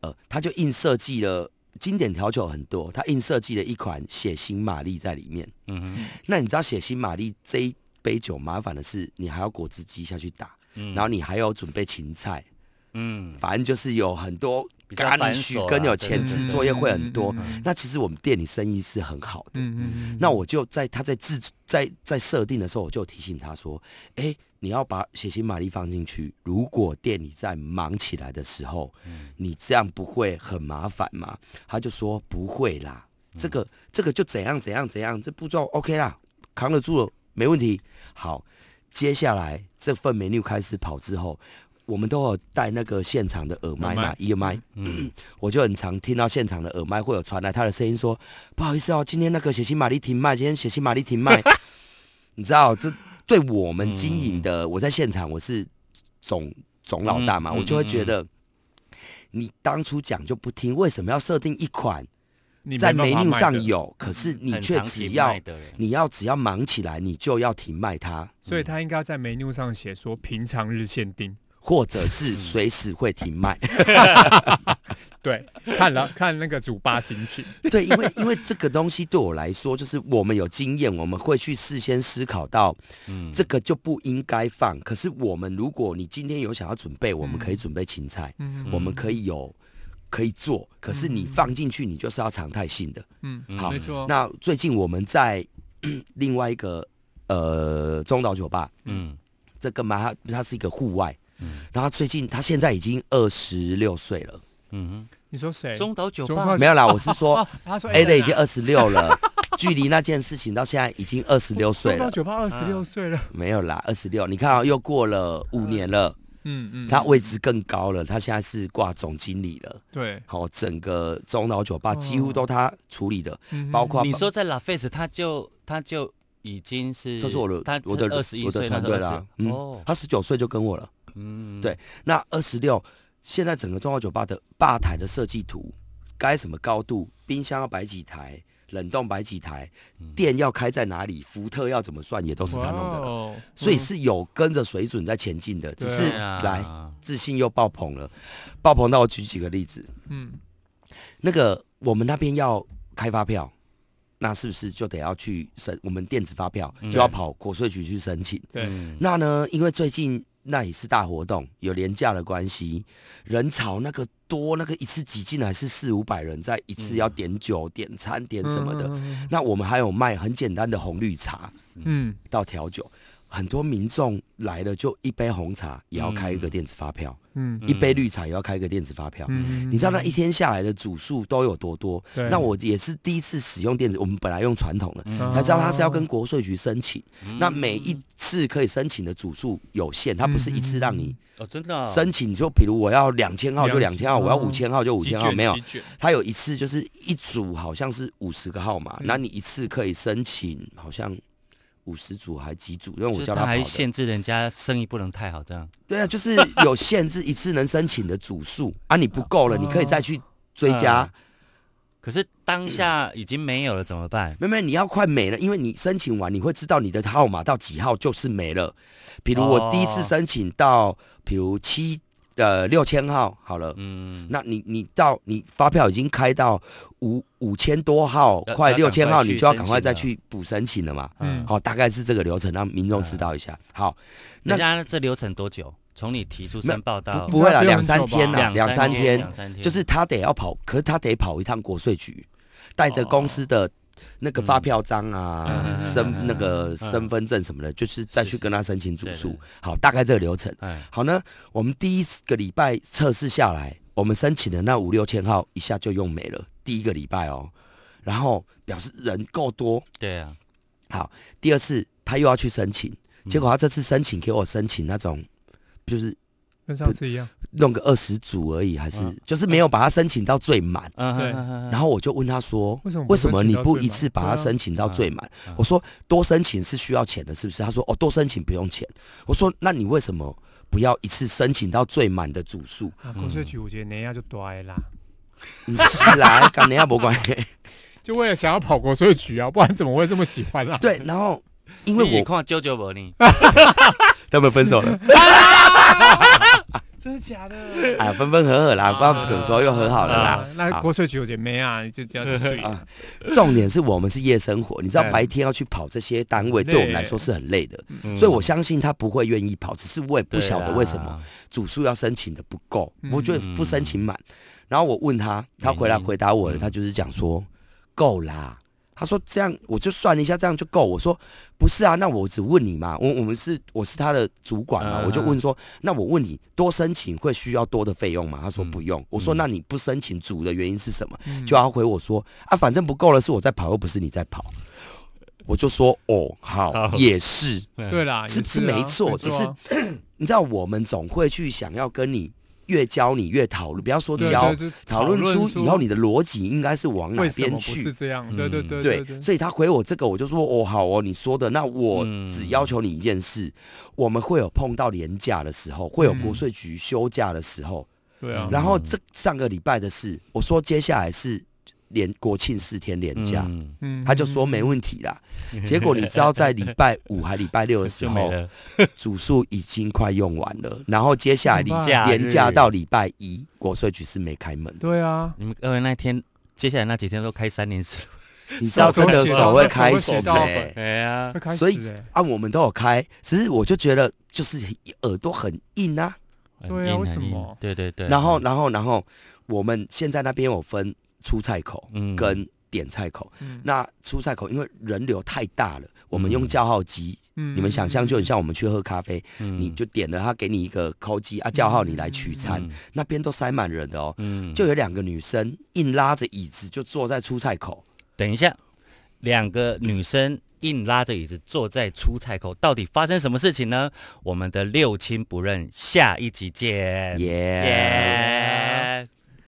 Speaker 3: 呃，他就硬设计了经典调酒很多，他硬设计了一款血腥玛丽在里面。
Speaker 2: 嗯哼，
Speaker 3: 那你知道血腥玛丽这一杯酒麻烦的是，你还要果汁机下去打，
Speaker 2: 嗯
Speaker 3: 然后你还要准备芹菜，
Speaker 2: 嗯，
Speaker 3: 反正就是有很多
Speaker 2: 比较
Speaker 3: 咖喱
Speaker 2: 繁
Speaker 3: 须
Speaker 2: 琐啊
Speaker 3: 跟有
Speaker 2: 对
Speaker 3: 前
Speaker 2: 对
Speaker 3: 置
Speaker 2: 对
Speaker 3: 作业会很多
Speaker 4: 嗯嗯嗯嗯嗯。
Speaker 3: 那其实我们店里生意是很好的。
Speaker 4: 嗯嗯嗯，
Speaker 3: 那我就在他在制在在设定的时候，我就提醒他说：“哎、你要把血腥玛丽放进去。如果店里在忙起来的时候，你这样不会很麻烦吗？”他就说：“不会啦，这个这个就怎样怎样怎样，这步骤 OK 啦，扛得住了，没问题。”好，接下来这份 menu 开始跑之后。我们都有带那个现场的耳麦
Speaker 4: 耳
Speaker 3: 嘛
Speaker 4: 麦，
Speaker 3: 耳麦，
Speaker 2: 嗯
Speaker 3: 我就很常听到现场的耳麦会有传来他的声音说：“不好意思哦，今天那个血腥玛丽停卖，今天血腥玛丽停卖。” 你知道，这对我们经营
Speaker 4: 嗯
Speaker 3: 的，我在现场我是总总老大嘛，
Speaker 2: 嗯嗯
Speaker 3: 我就会觉得。你当初讲就不听，为什么要设定一款
Speaker 4: 你没
Speaker 3: 在
Speaker 4: 办法
Speaker 3: menu
Speaker 4: 卖
Speaker 3: 上
Speaker 4: 的，嗯
Speaker 3: 有，可是你
Speaker 2: 很
Speaker 3: 却
Speaker 2: 常
Speaker 3: 只
Speaker 2: 期
Speaker 3: 要
Speaker 2: 卖的人
Speaker 3: 你要只要忙起来，你就要停卖它，
Speaker 4: 所以他应该在 menu 上写说平常日限定。
Speaker 3: 或者
Speaker 2: 嗯
Speaker 3: 是随时会停卖。
Speaker 4: 对，看了看那个主吧心情。
Speaker 3: 对，因为因为这个东西对我来说，就是我们有经验，我们会去事先思考到，
Speaker 2: 嗯
Speaker 3: 这个就不应该放。可是我们如果你今天有想要准
Speaker 2: 嗯
Speaker 3: 备，我们可以准备芹菜，
Speaker 4: 嗯
Speaker 3: 我们可以有可以做，可是你放进去，你就是要常态性的。
Speaker 4: 嗯，
Speaker 2: 嗯
Speaker 3: 好
Speaker 4: 没错。
Speaker 3: 那最近我们在 另外一个呃中岛酒吧，
Speaker 2: 嗯
Speaker 3: 这个嘛，它它是一个户外，
Speaker 2: 嗯
Speaker 3: 然后最近他现在已经二十六岁了，
Speaker 2: 嗯
Speaker 4: 你说谁？
Speaker 2: 哼，中岛酒
Speaker 4: 中
Speaker 2: 吧
Speaker 4: 岛
Speaker 3: 没有啦，我是 说。
Speaker 4: 哦，他说
Speaker 3: A 的
Speaker 4: Alan
Speaker 3: 已经
Speaker 4: 啊
Speaker 3: 二十六了， 距离那件事情到现在已经二十六岁
Speaker 4: 中岛
Speaker 3: 了，
Speaker 4: 酒吧二十六岁了。
Speaker 3: 没有啦，二十六。你看啊、又过了五年了，
Speaker 4: 嗯嗯，
Speaker 3: 他位置更高了，他现在是挂总经理了。
Speaker 4: 对，
Speaker 3: 好，整个中岛酒吧
Speaker 4: 哦
Speaker 3: 几乎都他处理的，
Speaker 4: 嗯
Speaker 3: 包括
Speaker 2: 你说在 La Face，他就他就已经是，
Speaker 3: 就是我的
Speaker 2: 他
Speaker 3: 我的
Speaker 2: 二十一
Speaker 3: 我的
Speaker 2: 岁那
Speaker 3: 团
Speaker 2: 时
Speaker 3: 队
Speaker 2: 候是
Speaker 3: 啦，嗯
Speaker 2: 哦，
Speaker 3: 他十九岁就跟我了。
Speaker 2: 嗯
Speaker 3: 对那二十六，现在整个中华酒吧的吧台的设计图，该什么高度，冰箱要摆几台，冷冻摆几台，店要开在哪里，福特要怎么算，也都是他弄的了。
Speaker 4: 的
Speaker 3: 所以是有跟着水准在前进的，只是
Speaker 4: 嗯对
Speaker 2: 啊
Speaker 3: 来自信又爆棚了，爆棚到我举几个例子，
Speaker 4: 嗯，
Speaker 3: 那个我们那边要开发票，那是不是就得要去申？我们电子发票
Speaker 4: 嗯
Speaker 3: 就要跑国税局去申请。
Speaker 4: 对，
Speaker 2: 嗯
Speaker 3: 那呢，因为最近那也是大活动，有廉价的关系，人潮那个多，那个一次挤进来是四五百人，在一次要点酒、点餐、点什么的。
Speaker 4: 嗯
Speaker 3: 那我们还有卖很简单的红绿茶，
Speaker 4: 嗯，
Speaker 3: 到调酒，很多民众来了就一杯红茶也要开一个电子发票，
Speaker 4: 嗯
Speaker 2: 嗯
Speaker 3: 一杯绿茶也要开一个电子发票。
Speaker 4: 嗯，
Speaker 3: 你知道那一天下来的组数都有多多？
Speaker 4: 对
Speaker 3: 那我也是第一次使用电子，我们本来用传统的，
Speaker 2: 嗯
Speaker 3: 才知道它
Speaker 4: 啊
Speaker 3: 是要跟国税局申请。
Speaker 4: 嗯
Speaker 3: 那每一次可以申请的组数有限，它不是一次让你
Speaker 4: 嗯
Speaker 2: 哦，真的哦
Speaker 3: 申请。就比如我要两千号就两千号，我要五千号就五
Speaker 4: 几
Speaker 3: 千
Speaker 4: 卷
Speaker 3: 号，没有
Speaker 4: 几。卷
Speaker 3: 它有一次就是一组好像是五十个号码，
Speaker 2: 嗯
Speaker 3: 那、你一次可以申请好像五十组还几组，因为我
Speaker 2: 就
Speaker 3: 叫
Speaker 2: 是他
Speaker 3: 他跑
Speaker 2: 还
Speaker 3: 的。
Speaker 2: 限制人家生意不能太好，这样
Speaker 3: 对啊，就是有限制，一次能申请的组 数啊，你不够了，
Speaker 4: 哦
Speaker 3: 你可以再去追
Speaker 2: 哦
Speaker 3: 加。
Speaker 2: 可是当下已经没有了，怎么办？
Speaker 3: 妹妹，你要快没了，因为你申请完，你会知道你的号码到几号就是没了。比如我第一次
Speaker 2: 哦
Speaker 3: 申请到，比如七呃六千号好了，
Speaker 2: 嗯，
Speaker 3: 那你你到你发票已经开到五五千多号，
Speaker 2: 要
Speaker 3: 快
Speaker 2: 要
Speaker 3: 六千
Speaker 2: 赶快
Speaker 3: 号，
Speaker 2: 去
Speaker 3: 你就要
Speaker 2: 申
Speaker 3: 赶快
Speaker 2: 请
Speaker 3: 再
Speaker 2: 了
Speaker 3: 去补申请了嘛。
Speaker 4: 嗯
Speaker 3: 好，大概是这个流程，让民众知道一
Speaker 2: 嗯
Speaker 3: 下。好，那
Speaker 2: 人家这流程多久？从你提出申报到
Speaker 3: 不会了，
Speaker 4: 不用
Speaker 3: 两
Speaker 4: 很
Speaker 3: 三
Speaker 4: 久
Speaker 3: 天
Speaker 4: 吧
Speaker 3: 啦，两
Speaker 2: 三
Speaker 3: 三天
Speaker 2: 两，三天，
Speaker 3: 就是他得要跑，可是他得跑一趟国税局，带着公司的那个发票章啊、
Speaker 2: 哦嗯
Speaker 3: 身
Speaker 2: 嗯
Speaker 3: 那个
Speaker 2: 嗯
Speaker 3: 身份证什么的，就是再
Speaker 2: 是
Speaker 3: 去
Speaker 2: 是
Speaker 3: 跟他申请组
Speaker 2: 对
Speaker 3: 数
Speaker 2: 对。
Speaker 3: 好，大概这个流程。
Speaker 2: 哎，
Speaker 3: 好呢，我们第一个礼拜测试下来，我们申请的那五六千号一下就用没了，第一个礼拜哦。然后表示人够多，
Speaker 2: 对啊，
Speaker 3: 好，第嗯二次他又要去申请，结果他这次申请给我申请那种，就是
Speaker 4: 跟上次一样，
Speaker 3: 弄个二十组而已，还是、
Speaker 2: 嗯
Speaker 3: 就是没有把它申请到最满。
Speaker 2: 嗯
Speaker 4: 对
Speaker 2: 哼
Speaker 3: 然后嗯我就问他说
Speaker 4: 为什么：“不
Speaker 3: 为什么
Speaker 4: 申请
Speaker 3: 你
Speaker 4: 到
Speaker 3: 不
Speaker 4: 最
Speaker 3: 一
Speaker 4: 满
Speaker 3: 次把它
Speaker 4: 对啊
Speaker 3: 申请到最满
Speaker 2: 嗯？”
Speaker 3: 我说：“多申请是需要钱的，是不是？”他说：“哦，多申请不用钱。”我说：“那你为什么不要一次申请到最满的组数
Speaker 4: 啊，国税局我觉得那样就对啦，？”
Speaker 3: 你是来跟人家没关 系。
Speaker 4: 就为了想要跑国税局啊，不然怎么会这么喜欢啊？
Speaker 3: 对，然后因
Speaker 2: 你也
Speaker 3: 为我
Speaker 2: 看舅舅无呢，
Speaker 3: 他们分手了，
Speaker 4: 真的假的？
Speaker 3: 哎，分分合合啦，不知道什么时候又和好了啦
Speaker 4: 啊。那
Speaker 3: 好
Speaker 4: 国税局我觉得没啊，就这样就睡
Speaker 3: 啊，重点是我们是夜生活，你知道
Speaker 4: 哎
Speaker 3: 白天要去跑这些单位，
Speaker 4: 很累
Speaker 3: 对我嗯们来说是很累的，
Speaker 4: 嗯
Speaker 3: 所以我相信他不会愿意跑，只是我也不晓得为什么组数要申请的不够，
Speaker 4: 嗯
Speaker 3: 我觉得不申请满。然后我问他，他回来
Speaker 2: 嗯原因
Speaker 3: 回答我了，
Speaker 2: 嗯
Speaker 3: 他就是讲说够啦。他说这样我就算了一下，这样就够。我说不是啊，那我只问你嘛，我我们是我是他的主管嘛，
Speaker 2: 嗯
Speaker 3: 我就问说，那我问你多申请会需要多的费用吗？他说
Speaker 2: 嗯
Speaker 3: 不用。我说
Speaker 2: 嗯
Speaker 3: 那你不申请组的原因是什么？
Speaker 4: 嗯
Speaker 3: 就他回我说啊，反正不够了，是我在跑，又不是你在跑。我就说哦，好，
Speaker 2: 好
Speaker 3: 也是。
Speaker 4: 对啦，
Speaker 3: 是
Speaker 4: 也
Speaker 3: 是
Speaker 4: 啊
Speaker 3: 没错只是
Speaker 4: 啊
Speaker 3: 你知道，我们总会去想要跟你越教你越讨论，不要说
Speaker 4: 对
Speaker 3: 教
Speaker 4: 对，就是
Speaker 3: 讨论出以后你的逻辑应该是往哪
Speaker 4: 为什
Speaker 3: 边
Speaker 4: 么不是
Speaker 3: 去。
Speaker 4: 这样？
Speaker 2: 嗯
Speaker 4: 对对对
Speaker 3: 对，
Speaker 4: 对，
Speaker 3: 所以他回我这个，我就说哦好哦，你说的，那我
Speaker 2: 嗯
Speaker 3: 只要求你一件事，我们会有碰到年假的时候，会有
Speaker 4: 嗯
Speaker 3: 国税局休假的时候，
Speaker 4: 对啊
Speaker 2: 嗯，
Speaker 3: 然后这上个礼拜的事，我说接下来是连国庆四天年假，
Speaker 2: 嗯
Speaker 4: 嗯
Speaker 3: 他就说没问题啦。结果你知道，在礼拜五还礼拜六的 时
Speaker 2: 就没
Speaker 3: 候，
Speaker 2: 了，
Speaker 3: 组数已经快用完了，然后接下来
Speaker 4: 怎
Speaker 3: 礼
Speaker 4: 么办
Speaker 2: 假日
Speaker 3: 连假到礼拜一，国税局是没开门的。
Speaker 4: 对啊，
Speaker 2: 你们各位那天接下来那几天都开三连十，
Speaker 3: 你知道真的手会开始
Speaker 4: 手会写到
Speaker 3: 嘞、
Speaker 2: 哎呀
Speaker 4: 会，开始
Speaker 3: 所以
Speaker 4: 欸
Speaker 3: 啊，我们都有开，只是我就觉得就是耳朵很硬啊。
Speaker 2: 很
Speaker 4: 对啊
Speaker 2: 硬
Speaker 4: 为
Speaker 2: 很
Speaker 4: 什
Speaker 2: 硬
Speaker 4: 么
Speaker 2: 对对嗯对，
Speaker 3: 然后，然后，然后，我们现在那边有分出菜口
Speaker 2: 嗯
Speaker 3: 跟点菜口。
Speaker 4: 嗯
Speaker 3: 那出菜口因为人流太大了，我们用
Speaker 2: 嗯
Speaker 3: 叫号机，
Speaker 4: 嗯
Speaker 3: 你们想象就很像我们去喝咖啡，你
Speaker 2: 你
Speaker 3: 就点了，他给你一个扣机啊，叫号你来取餐，那边都塞满人的哦。
Speaker 2: 嗯
Speaker 3: 就有两个女生硬拉着椅子就坐在出菜口，
Speaker 2: 等一下，两个女生硬拉着椅子坐在出菜口，到底发生什么事情呢？嗯我们的六亲不认，下一集见。
Speaker 3: 耶、
Speaker 2: 耶